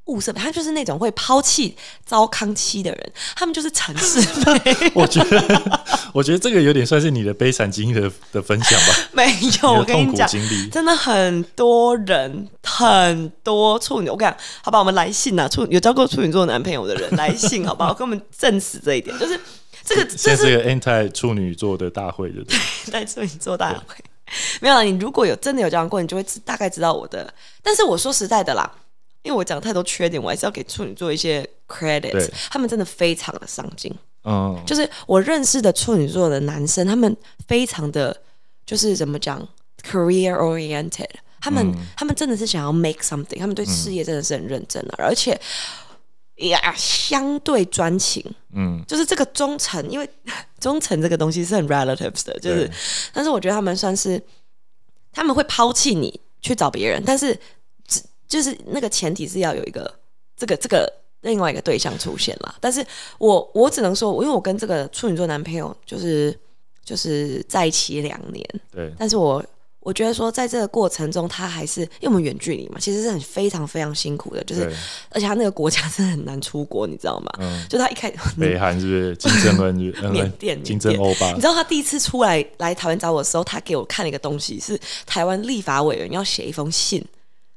[SPEAKER 1] 物色，他就是那种会抛弃糟糠妻的人，他们 就是城市妹，
[SPEAKER 2] 我觉得 我觉得这个有点算是你的悲惨经历的的分享吧，
[SPEAKER 1] 没有，
[SPEAKER 2] 你
[SPEAKER 1] 我
[SPEAKER 2] 的
[SPEAKER 1] 跟
[SPEAKER 2] 痛
[SPEAKER 1] 你
[SPEAKER 2] 苦
[SPEAKER 1] 讲。
[SPEAKER 2] 经历。
[SPEAKER 1] 真的很多人，很多处女，我跟你讲，好吧，我们来信呐、啊，处有交过处女座男朋友的人来信，好不好？跟我们证实这一点，就是 这个，这
[SPEAKER 2] 现在
[SPEAKER 1] 是
[SPEAKER 2] 是个 anti 处女座的大会，对不对？
[SPEAKER 1] 在处女座大会。没有啦，你如果有真的有这样过，你就会知大概知道我的。但是我说实在的啦，因为我讲太多缺点，我还是要给处女座一些 credit
[SPEAKER 2] 对。
[SPEAKER 1] 他们真的非常的上进，
[SPEAKER 2] 嗯，
[SPEAKER 1] 就是我认识的处女座的男生，他们非常的就是怎么讲 career oriented。他们、他们真的是想要 make something，他们对事业真的是很认真啊的、而且呀相对专情，
[SPEAKER 2] 嗯，
[SPEAKER 1] 就是这个忠诚，因为 忠诚这个东西是很 relatives 的，就是
[SPEAKER 2] 对，
[SPEAKER 1] 但是我觉得他们算是他们会抛弃你去找别人，但是只就是那个前提是要有一个这个这个另外一个对象出现啦。但是我我只能说，因为我跟这个处女座男朋友就是就是在一起两年，
[SPEAKER 2] 对，
[SPEAKER 1] 但是我我觉得说，在这个过程中，他还是因为我们远距离嘛，其实是很非常非常辛苦的，就是
[SPEAKER 2] 对
[SPEAKER 1] 而且他那个国家真的很难出国，你知道吗？
[SPEAKER 2] 嗯，
[SPEAKER 1] 就他一开 始，
[SPEAKER 2] 北韩是不是金正 恩是不是？
[SPEAKER 1] 嗯缅甸缅甸
[SPEAKER 2] 金正欧巴
[SPEAKER 1] 你知道他第一次出来来台湾找我的时候，他给我看了一个东西，是台湾立法委员要写一封信，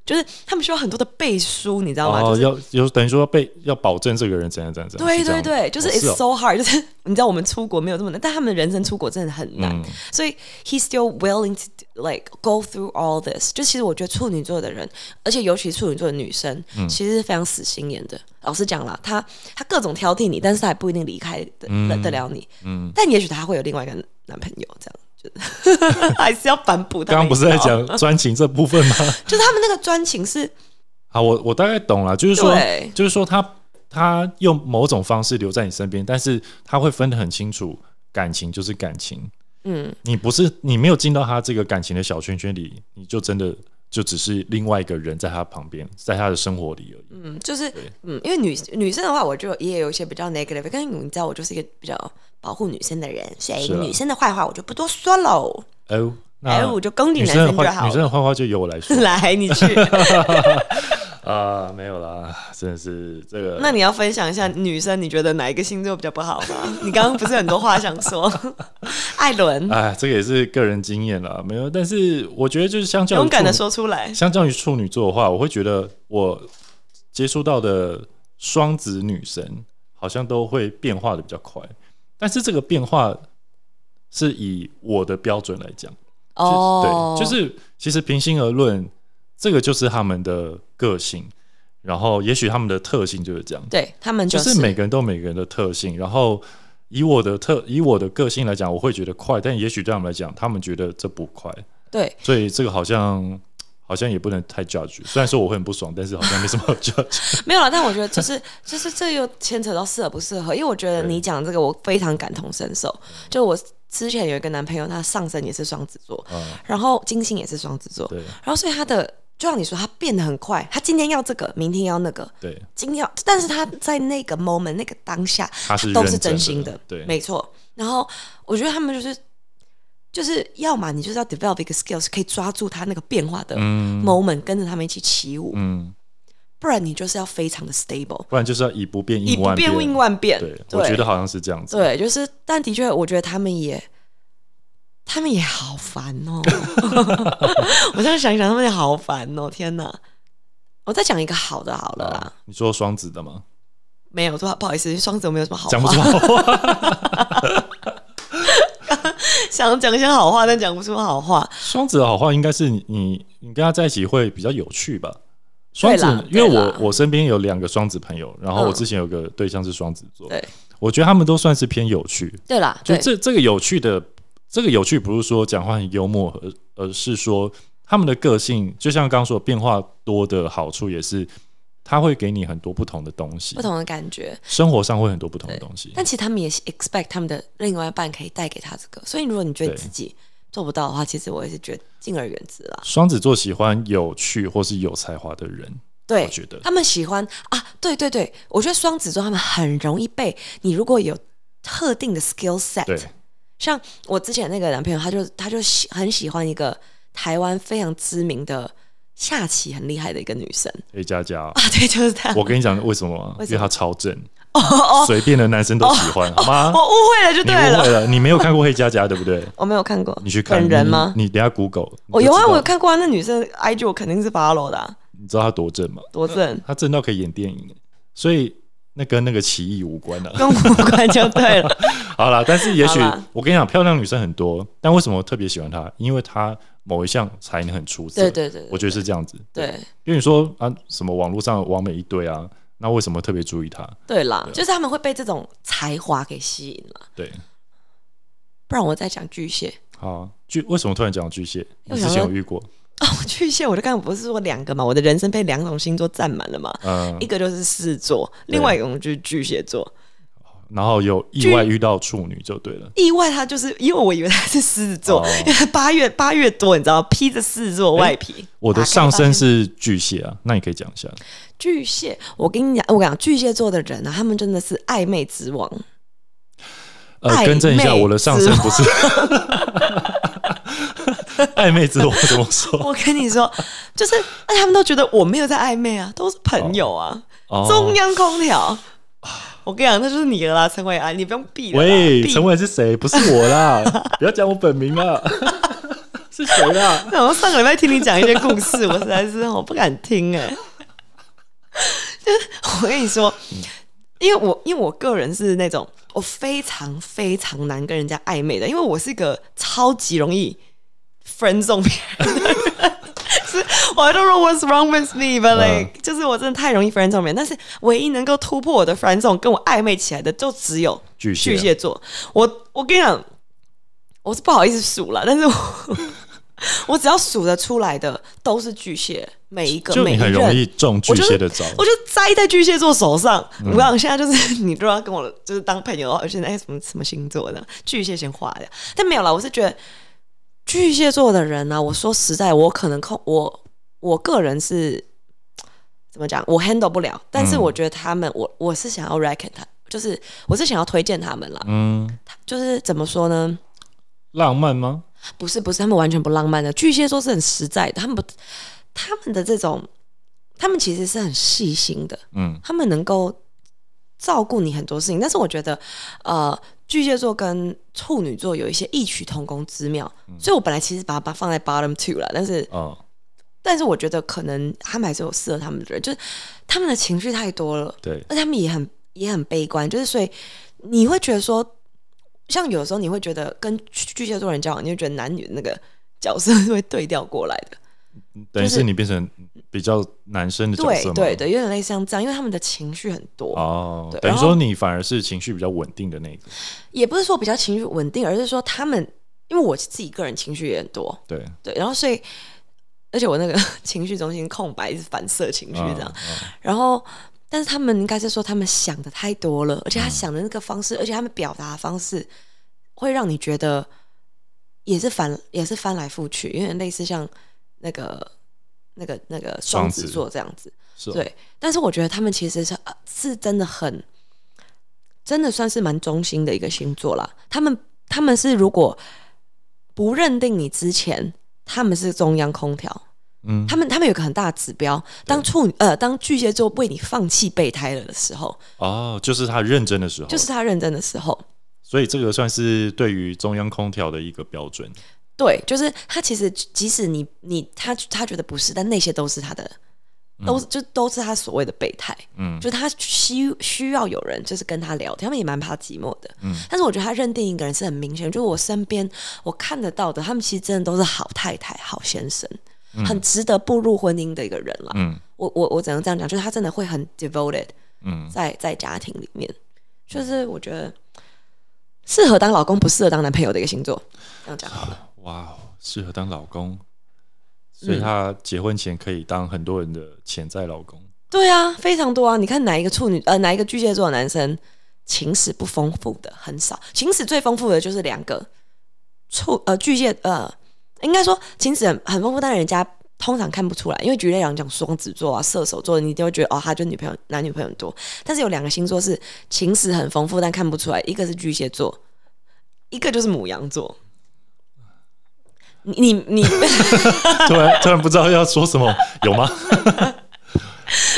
[SPEAKER 1] 就是他们需要很多的背书，你知道吗？就
[SPEAKER 2] 哦，
[SPEAKER 1] 是
[SPEAKER 2] 要有等于说被要保证这个人怎样怎样怎样，
[SPEAKER 1] 对
[SPEAKER 2] 是这
[SPEAKER 1] 对
[SPEAKER 2] 样
[SPEAKER 1] 对，就是
[SPEAKER 2] 哦是
[SPEAKER 1] it's
[SPEAKER 2] 哦
[SPEAKER 1] so hard，就是你知道我们出国没有这么难，但他们人生出国真的很难，
[SPEAKER 2] 嗯
[SPEAKER 1] 所以 he's still willing to do- like go through all this。就其实我觉得处女座的人，而且尤其处女座的女生，
[SPEAKER 2] 嗯
[SPEAKER 1] 其实是非常死心眼的。老实讲啦，她她各种挑剔你，但是她也不一定离开得、得了你。
[SPEAKER 2] 嗯
[SPEAKER 1] 但也许她会有另外一个男朋友，这样 就是还是要反哺他们
[SPEAKER 2] 刚刚
[SPEAKER 1] 一
[SPEAKER 2] 不
[SPEAKER 1] 刀。
[SPEAKER 2] 是在讲专情这部分吗？
[SPEAKER 1] 就是他们那个专情是
[SPEAKER 2] 好，我我大概懂了，就是说
[SPEAKER 1] 对，
[SPEAKER 2] 就是说他他用某种方式留在你身边，但是他会分得很清楚，感情就是感情，
[SPEAKER 1] 嗯，
[SPEAKER 2] 你不是你没有进到他这个感情的小圈圈里，你就真的就只是另外一个人在他旁边，在他的生活里而已。
[SPEAKER 1] 嗯，就是嗯，因为女女生的话，我就也有一些比较 negative，跟你知道，我就是一个比较保护女生的人，所以
[SPEAKER 2] 是啊
[SPEAKER 1] 女生的坏话我就不多说喽。
[SPEAKER 2] 哦，
[SPEAKER 1] 哎，
[SPEAKER 2] 那
[SPEAKER 1] 我就攻击
[SPEAKER 2] 女
[SPEAKER 1] 男
[SPEAKER 2] 生的
[SPEAKER 1] 生就
[SPEAKER 2] 坏
[SPEAKER 1] 好
[SPEAKER 2] 女生
[SPEAKER 1] 了。
[SPEAKER 2] 的坏话就由我来说
[SPEAKER 1] 来，你 去，
[SPEAKER 2] 啊，没有啦，真的是这个。
[SPEAKER 1] 那你要分享一下女生，你觉得哪一个星座比较不好吗？你刚刚不是很多话想 说，艾伦，
[SPEAKER 2] 哎，这个也是个人经验啦，没有。但是我觉得就是相较于
[SPEAKER 1] 勇敢的
[SPEAKER 2] 处女
[SPEAKER 1] 说出来。
[SPEAKER 2] 相较于处女座的话，我会觉得我接触到的双子女神好像都会变化的比较快，但是这个变化是以我的标准来讲，就是
[SPEAKER 1] 哦
[SPEAKER 2] 对，就是其实平心而论，这个就是他们的个性，然后也许他们的特性就是这样，
[SPEAKER 1] 对他们
[SPEAKER 2] 就是是每个人都有每个人的特性，然后。以我的特以我的个性来讲，我会觉得快，但也许对他们来讲，他们觉得这不快。
[SPEAKER 1] 对，
[SPEAKER 2] 所以这个好像好像也不能太 judge。虽然说我会很不爽，但是好像没什么好 judge。
[SPEAKER 1] 没有了，但我觉得就是 就是这又牵扯到适合不适合，因为我觉得
[SPEAKER 2] 对
[SPEAKER 1] 你讲这个我非常感同身受。就我之前有一个男朋友，他上身也是双子座，
[SPEAKER 2] 嗯
[SPEAKER 1] 然后金星也是双子座，
[SPEAKER 2] 对
[SPEAKER 1] 然后所以他的就像你说，他变得很快，他今天要这个，明天要那个，
[SPEAKER 2] 对，
[SPEAKER 1] 今天要，但是他在那个 moment 那个当下，
[SPEAKER 2] 他是
[SPEAKER 1] 都是
[SPEAKER 2] 认真
[SPEAKER 1] 真
[SPEAKER 2] 的
[SPEAKER 1] 心
[SPEAKER 2] 对
[SPEAKER 1] 没错。然后我觉得他们就是就是要么你就是要 develop 一个 skills，可以抓住他那个变化的
[SPEAKER 2] 嗯
[SPEAKER 1] moment，、跟着他们一起起舞，
[SPEAKER 2] 嗯，
[SPEAKER 1] 不然你就是要非常的 stable。
[SPEAKER 2] 不然就是要以不变
[SPEAKER 1] 以
[SPEAKER 2] 应
[SPEAKER 1] 不
[SPEAKER 2] 万
[SPEAKER 1] 变应万变。
[SPEAKER 2] 对，我觉得好像是这样子。
[SPEAKER 1] 对，就是，但的确，我觉得他们也，他们也好烦 哦。我现在想一想，他们也好烦哦，天哪！我再讲一个好的好了啦
[SPEAKER 2] 啊，，你说双子的吗？
[SPEAKER 1] 没有，不好不好意思，双子我没有什么好
[SPEAKER 2] 讲不
[SPEAKER 1] 话
[SPEAKER 2] 出。好话，
[SPEAKER 1] 想讲一些好话，但讲不出好话。
[SPEAKER 2] 双子的好话应该是你你你跟他在一起会比较有趣吧？双子
[SPEAKER 1] 对啦，
[SPEAKER 2] 因为
[SPEAKER 1] 对
[SPEAKER 2] 我
[SPEAKER 1] 啦
[SPEAKER 2] 我身边有两个双子朋友，然后
[SPEAKER 1] 嗯
[SPEAKER 2] 我之前有个对象是双子座，
[SPEAKER 1] 对
[SPEAKER 2] 我觉得他们都算是偏有趣，
[SPEAKER 1] 对啦，
[SPEAKER 2] 就
[SPEAKER 1] 对
[SPEAKER 2] 这这个有趣的这个有趣不是说讲话很幽默，而而是说他们的个性，就像刚刚说的变化多的好处也是。他会给你很多不同的东西
[SPEAKER 1] 不，同的感觉。
[SPEAKER 2] 生活上会很多不同的东西。
[SPEAKER 1] 但其实他们也是 expect 他们的另外一半可以带给他这个，所以如果你觉得
[SPEAKER 2] 对
[SPEAKER 1] 自己做不到的话，其实我也是觉得敬而远之啦。
[SPEAKER 2] 双子座喜欢有趣或是有才华的人，
[SPEAKER 1] 对，
[SPEAKER 2] 我觉得
[SPEAKER 1] 他们喜欢啊，对对对，我觉得双子座他们很容易被你如果有特定的 skill
[SPEAKER 2] 对
[SPEAKER 1] set，像我之前那个男朋友，他就他就喜很喜欢一个台湾非常知名的下棋很厉害的一个女生
[SPEAKER 2] A 加加 哦。
[SPEAKER 1] 啊，对，就是她。
[SPEAKER 2] 我跟你讲为什么吗？
[SPEAKER 1] 为什么哦
[SPEAKER 2] 因为他超正，随便的男生都喜欢，好吗？
[SPEAKER 1] 我误会了哦就
[SPEAKER 2] 你
[SPEAKER 1] 对
[SPEAKER 2] 误会
[SPEAKER 1] 了，
[SPEAKER 2] 了，你没有看过黑佳佳对不对？
[SPEAKER 1] 我哦没有看过，
[SPEAKER 2] 你去看
[SPEAKER 1] 本人吗？
[SPEAKER 2] 你你等一下 Google，你
[SPEAKER 1] 我
[SPEAKER 2] 就
[SPEAKER 1] 有
[SPEAKER 2] 知
[SPEAKER 1] 啊，
[SPEAKER 2] 道
[SPEAKER 1] 我有，看过啊，那女生 IG 我肯定是 follow 的啊、
[SPEAKER 2] 你知道他多正吗？，
[SPEAKER 1] 多正
[SPEAKER 2] 他正到可以演电影，所以那跟那个奇异无关了、
[SPEAKER 1] 跟我无关就对了。
[SPEAKER 2] 好啦，但是也许
[SPEAKER 1] 好啦
[SPEAKER 2] 我跟你讲，漂亮女生很多，但为什么我特别喜欢她？因为她某一项才能很出色。
[SPEAKER 1] 对对对对
[SPEAKER 2] 我觉得是这样子。
[SPEAKER 1] 对
[SPEAKER 2] 因为你说啊，什么网络上完美一堆啊，那为什么特别注意她？
[SPEAKER 1] 对啦，就是他们会被这种才华给吸引了。
[SPEAKER 2] 对，
[SPEAKER 1] 不然我再讲巨蟹，
[SPEAKER 2] 好啊、巨为什么突然讲巨蟹？
[SPEAKER 1] 因为我
[SPEAKER 2] 你之
[SPEAKER 1] 想
[SPEAKER 2] 前有
[SPEAKER 1] 说
[SPEAKER 2] 遇过？
[SPEAKER 1] 哦，巨蟹，我就刚刚不是说两个嘛，我的人生被两种星座占满了嘛，
[SPEAKER 2] 嗯、
[SPEAKER 1] 一个就是狮子座，
[SPEAKER 2] 对
[SPEAKER 1] 另外一种就是巨蟹座。
[SPEAKER 2] 然后有意外遇到处女就对了。
[SPEAKER 1] 意外，他就是因为我以为他是狮子座
[SPEAKER 2] 哦，
[SPEAKER 1] 因为他八月八月多，你知道，披着狮子座外皮。
[SPEAKER 2] 我的
[SPEAKER 1] 打开
[SPEAKER 2] 上
[SPEAKER 1] 发
[SPEAKER 2] 身
[SPEAKER 1] 现
[SPEAKER 2] 是巨蟹啊，那你可以讲一下。
[SPEAKER 1] 巨蟹，我跟你讲，我跟你讲巨蟹座的人啊，他们真的是暧昧之王。
[SPEAKER 2] 呃
[SPEAKER 1] 暧，昧
[SPEAKER 2] 更正一下，我的上身
[SPEAKER 1] 之
[SPEAKER 2] 不是暧昧之王，怎么说？
[SPEAKER 1] 我跟你说，就是而且他们都觉得我没有在暧昧啊，都是朋友啊。
[SPEAKER 2] 哦
[SPEAKER 1] 中央空调，我跟你讲，那就是你了啦，陈伟安，你不用避了啦。
[SPEAKER 2] 喂，
[SPEAKER 1] 避
[SPEAKER 2] 陈伟是谁？不是我 啦，不要讲我本名啦，是谁 啦？
[SPEAKER 1] 然后上个礼拜听你讲一些故事，我实在是我不敢听哎、 就是我跟你说，因为我因为我个人是那种我非常非常难跟人家暧昧的，因为我是一个超级容易 friend 送别人的人。是我 I don't know what's wrong with me, but
[SPEAKER 2] 嗯
[SPEAKER 1] like，、就是我真的太容易 friend 送别人。但是唯一能够突破我的 friend 送跟我暧昧起来的，就只有
[SPEAKER 2] 巨蟹
[SPEAKER 1] 巨蟹座。我我跟你讲，我是不好意思数了，但是我我只要数得出来的都是巨蟹，每一个
[SPEAKER 2] 就
[SPEAKER 1] 每
[SPEAKER 2] 你
[SPEAKER 1] 一
[SPEAKER 2] 很容易
[SPEAKER 1] 任。
[SPEAKER 2] 中巨
[SPEAKER 1] 我就
[SPEAKER 2] 蟹
[SPEAKER 1] 是
[SPEAKER 2] 的招，
[SPEAKER 1] 我就栽在巨蟹座手上。
[SPEAKER 2] 嗯
[SPEAKER 1] 我跟你讲，现在就是你如果要跟我就是当朋友，而且哎什么什么星座的，巨蟹先划掉。但没有啦，我是觉得巨蟹座的人呢、啊我说实在，我可能控我我个人是怎么讲，我 handle 不了。但是
[SPEAKER 2] 嗯
[SPEAKER 1] 我觉得他们，我我是想要 reckon 他，就是我是想要推荐他们啦。
[SPEAKER 2] 嗯，
[SPEAKER 1] 就是怎么说呢？
[SPEAKER 2] 浪漫吗？
[SPEAKER 1] 不是不是，他们完全不浪漫的。巨蟹座是很实在的，他们不，他们的这种，他们其实是很细心的，
[SPEAKER 2] 嗯，
[SPEAKER 1] 他们能够照顾你很多事情。但是我觉得，呃，巨蟹座跟处女座有一些异曲同工之妙，所以我本来其实把它放在 bottom two 了，但是
[SPEAKER 2] 哦，
[SPEAKER 1] 但是我觉得可能他们还是有适合他们的人，就是他们的情绪太多了。
[SPEAKER 2] 对，
[SPEAKER 1] 而他们也很也很悲观，就是所以你会觉得说，像有时候你会觉得跟巨巨蟹座人交往，你会觉得男女那个角色是会对调过来的，
[SPEAKER 2] 等于
[SPEAKER 1] 就是
[SPEAKER 2] 是你变成比较男生的 角色
[SPEAKER 1] 对
[SPEAKER 2] 吗？
[SPEAKER 1] 对对，有点类似像这样，因为他们的情绪很多，
[SPEAKER 2] 哦
[SPEAKER 1] 对，
[SPEAKER 2] 等于
[SPEAKER 1] 然后
[SPEAKER 2] 说你反而是情绪比较稳定的那个，
[SPEAKER 1] 也不是说比较情绪稳定，而是说他们，因为我自己个人情绪也很多，
[SPEAKER 2] 对，
[SPEAKER 1] 对，然后所以。而且我那个情绪中心空白是反射情绪这样，
[SPEAKER 2] 嗯
[SPEAKER 1] 然后但是他们应该是说他们想的太多了，而且他想的那个方式，而且他们表达的方式，会让你觉得也是翻也是翻来覆去，有点类似像那个那个那个双子
[SPEAKER 2] 双子
[SPEAKER 1] 座这样子。
[SPEAKER 2] 是哦
[SPEAKER 1] 对，但是我觉得他们其实是呃是真的很，真的算是蛮忠心的一个星座啦。他们他们是如果不认定你之前，他们是中央空调。
[SPEAKER 2] 嗯
[SPEAKER 1] 他们他们有个很大的指标，当处女呃当巨蟹座为你放弃备胎了的时候，
[SPEAKER 2] 哦，就是他认真的时候，
[SPEAKER 1] 就是他认真的时候。
[SPEAKER 2] 所以这个算是对于中央空调的一个标准。
[SPEAKER 1] 对，就是他其实即使你你他他觉得不是，但那些都是他的都是就都是他所谓的备胎，
[SPEAKER 2] 嗯
[SPEAKER 1] 就他需需要有人就是跟他聊天，他们也蛮怕寂寞的，
[SPEAKER 2] 嗯
[SPEAKER 1] 但是我觉得他认定一个人是很明显，就是我身边我看得到的，他们其实真的都是好太太、好先生，很值得步入婚姻的一个人啦。
[SPEAKER 2] 嗯
[SPEAKER 1] 我我我只能这样讲，就是他真的会很 devoted
[SPEAKER 2] 嗯，
[SPEAKER 1] 在在家庭里面，就是我觉得适合当老公，不适合当男朋友的一个星座，这样讲好了。
[SPEAKER 2] 哇哦，适合当老
[SPEAKER 1] 嗯
[SPEAKER 2] 公，所以他结婚前可以当很多人的潜在老公。
[SPEAKER 1] 对啊，非常多啊！你看哪一个处女呃，哪一个巨蟹座的男生呃情史不丰富的很少，情史最丰富的就是两个处呃巨蟹呃，应该说情史很很丰富，但人家通常看不出来，因为举例来讲，讲双子座啊、射手座，你一定会觉得哦，他就女朋友男女朋友很多，但是有两个星座是情史很丰富但看不出来，一个是巨蟹座，一个就是母羊座。你你你
[SPEAKER 2] 突然突然不知道要说什么，有吗？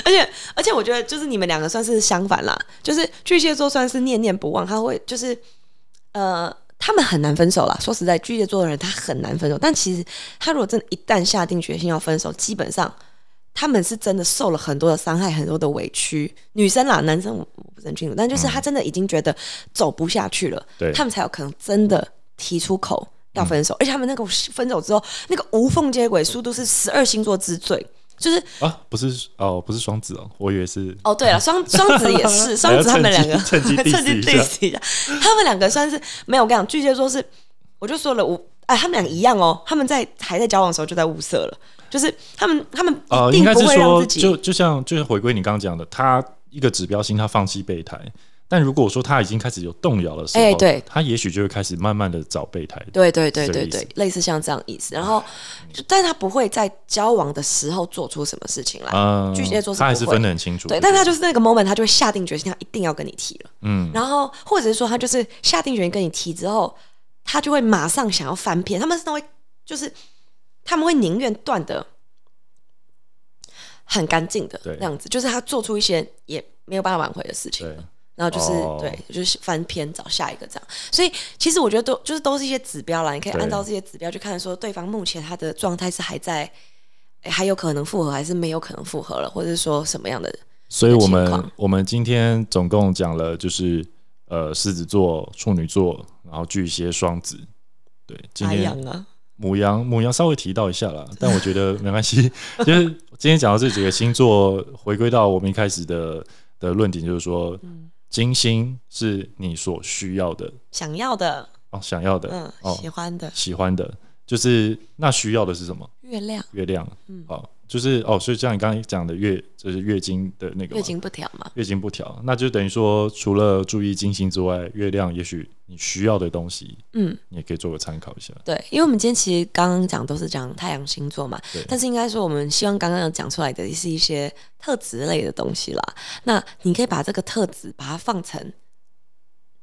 [SPEAKER 1] 而且而且，我觉得就是你们两个算是相反啦，就是巨蟹座算是念念不忘，他会就是呃，他们很难分手啦。说实在，巨蟹座的人他很难分手，但其实他如果真的一旦下定决心要分手，基本上他们是真的受了很多的伤害，很多的委屈。女生啦，男生我我不是很清楚，但就是他真的已经觉得走不下去了，
[SPEAKER 2] 对
[SPEAKER 1] 他们才有可能真的提出口。要分手，而且他们那个分手之后，那个无缝接轨速度是十二星座之最，就是
[SPEAKER 2] 啊，不是哦，不是双子哦，我以为是
[SPEAKER 1] 哦，对了，双双子也 是，双子他们两个
[SPEAKER 2] 趁机趁 机 diss 一下
[SPEAKER 1] diss 一下，他们两个算是没有。我跟你讲，巨蟹座是，我就说了，我哎，他们俩一样哦，他们在还在交往的时候就在物色了，就是他们他们
[SPEAKER 2] 呃，
[SPEAKER 1] 一定
[SPEAKER 2] 应该
[SPEAKER 1] 不
[SPEAKER 2] 是
[SPEAKER 1] 会让
[SPEAKER 2] 说，
[SPEAKER 1] 自己、
[SPEAKER 2] 就就像就是回归你刚刚讲的，他一个指标性，他放弃备胎。但如果说他已经开始有动摇的时候，
[SPEAKER 1] 哎对
[SPEAKER 2] 他也许就会开始慢慢的找备胎。
[SPEAKER 1] 对对对
[SPEAKER 2] 是这个
[SPEAKER 1] 对
[SPEAKER 2] 意思
[SPEAKER 1] 对，类似像这样意思。然后，就但他不会在交往的时候做出什么事情来，
[SPEAKER 2] 嗯，
[SPEAKER 1] 巨蟹座是
[SPEAKER 2] 他还是
[SPEAKER 1] 不会
[SPEAKER 2] 分得很清楚。
[SPEAKER 1] 对，但他就是那个 moment，他就会下定决心，他一定要跟你提了。
[SPEAKER 2] 嗯
[SPEAKER 1] 然后或者是说他就是下定决心跟你提之后，他就会马上想要翻篇，他们是那会就是他们会宁愿断的很干净的
[SPEAKER 2] 对
[SPEAKER 1] 那样子，就是他做出一些也没有办法挽回的事情
[SPEAKER 2] 对，
[SPEAKER 1] 了。然后就是、
[SPEAKER 2] 哦
[SPEAKER 1] 对，就是翻篇找下一个这样，所以其实我觉得都就是都是一些指标啦，你可以
[SPEAKER 2] 对
[SPEAKER 1] 按照这些指标去看，说对方目前他的状态是还在，诶还有可能复合，还是没有可能复合了，或者是说什么样的
[SPEAKER 2] 所以我
[SPEAKER 1] 情
[SPEAKER 2] 们
[SPEAKER 1] 况
[SPEAKER 2] 我们今天总共讲了就是呃狮子座、处女座，然后巨蟹、双子。对，今
[SPEAKER 1] 哪
[SPEAKER 2] 天
[SPEAKER 1] 样啊？
[SPEAKER 2] 母羊，母羊稍微提到一下啦，但我觉得呃没关系。就是今天讲到这几个星座，回归到我们一开始的的论点，就是说，金星是你所需要的
[SPEAKER 1] 想要的，
[SPEAKER 2] 哦，想要的、
[SPEAKER 1] 嗯，
[SPEAKER 2] 哦，
[SPEAKER 1] 喜欢的
[SPEAKER 2] 喜欢的，就是那需要的是什么？
[SPEAKER 1] 月亮
[SPEAKER 2] 月亮，嗯，哦，就是哦，所以像你刚才讲的月，就是月经的那个嘛
[SPEAKER 1] 月经不调嘛，
[SPEAKER 2] 月经不调，那就等于说，除了注意金星之外，月亮也许你需要的东西，
[SPEAKER 1] 嗯，
[SPEAKER 2] 你也可以做个参考一下。
[SPEAKER 1] 对，因为我们今天其实刚刚讲都是讲太阳星座嘛
[SPEAKER 2] 对，
[SPEAKER 1] 但是应该说我们希望刚刚讲出来的是一些特质类的东西啦。那你可以把这个特质把它放成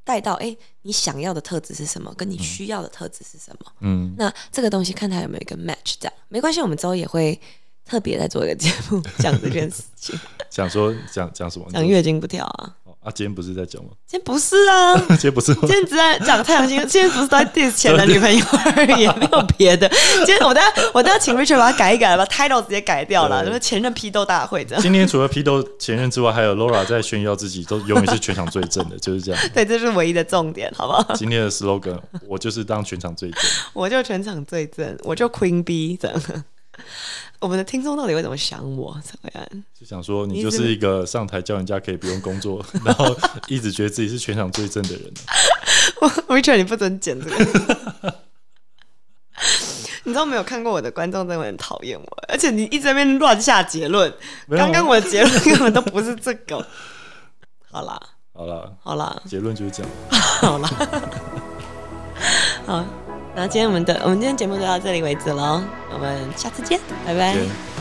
[SPEAKER 1] 带到，哎，你想要的特质是什么，跟你需要的特质是什么？
[SPEAKER 2] 嗯，
[SPEAKER 1] 那这个东西看它有没有一个 match，这样没关系，我们之后也会特别再做一个节目讲这件事 情，
[SPEAKER 2] 讲说讲讲什么？
[SPEAKER 1] 讲月经不调啊。
[SPEAKER 2] 哦啊，今天不是在讲吗？
[SPEAKER 1] 今天不是啊，
[SPEAKER 2] 今天不是吗？
[SPEAKER 1] 今天只在讲太阳星，今天不是都在 diss 前男女朋友而已，没有别的。今天我待 我待请 Richard 把它改一改，把 title 直接改掉了，
[SPEAKER 2] 对
[SPEAKER 1] 就是前任批斗大会这样。
[SPEAKER 2] 今天除了批斗前任之外，还有 Laura 在炫耀自己，都永远是全场最正的，就是 这样。
[SPEAKER 1] 对，这是唯一的重点，好不好？
[SPEAKER 2] 今天的 slogan，我就是当全场最正。
[SPEAKER 1] 我就全场最正，我就 Queen B 这样。我们的听众到底会怎么想我？怎么样？
[SPEAKER 2] 就想说你
[SPEAKER 1] 你
[SPEAKER 2] 就是是一个上台叫人家可以不用工作，然后一直觉得自己是全场最正的人。
[SPEAKER 1] 我 Richard，你不准剪这个。你知道没有看过我的观众真的很讨厌我，而且你一直在那边乱下结论。
[SPEAKER 2] 没有啊
[SPEAKER 1] 刚刚我的结论根本都不是这个。好啦，
[SPEAKER 2] 好了，
[SPEAKER 1] 好啦，
[SPEAKER 2] 结论就是这样。
[SPEAKER 1] 好 啦，好，那今天我们的我们今天节目就到这里为止喽，我们下次见，拜拜。
[SPEAKER 2] OK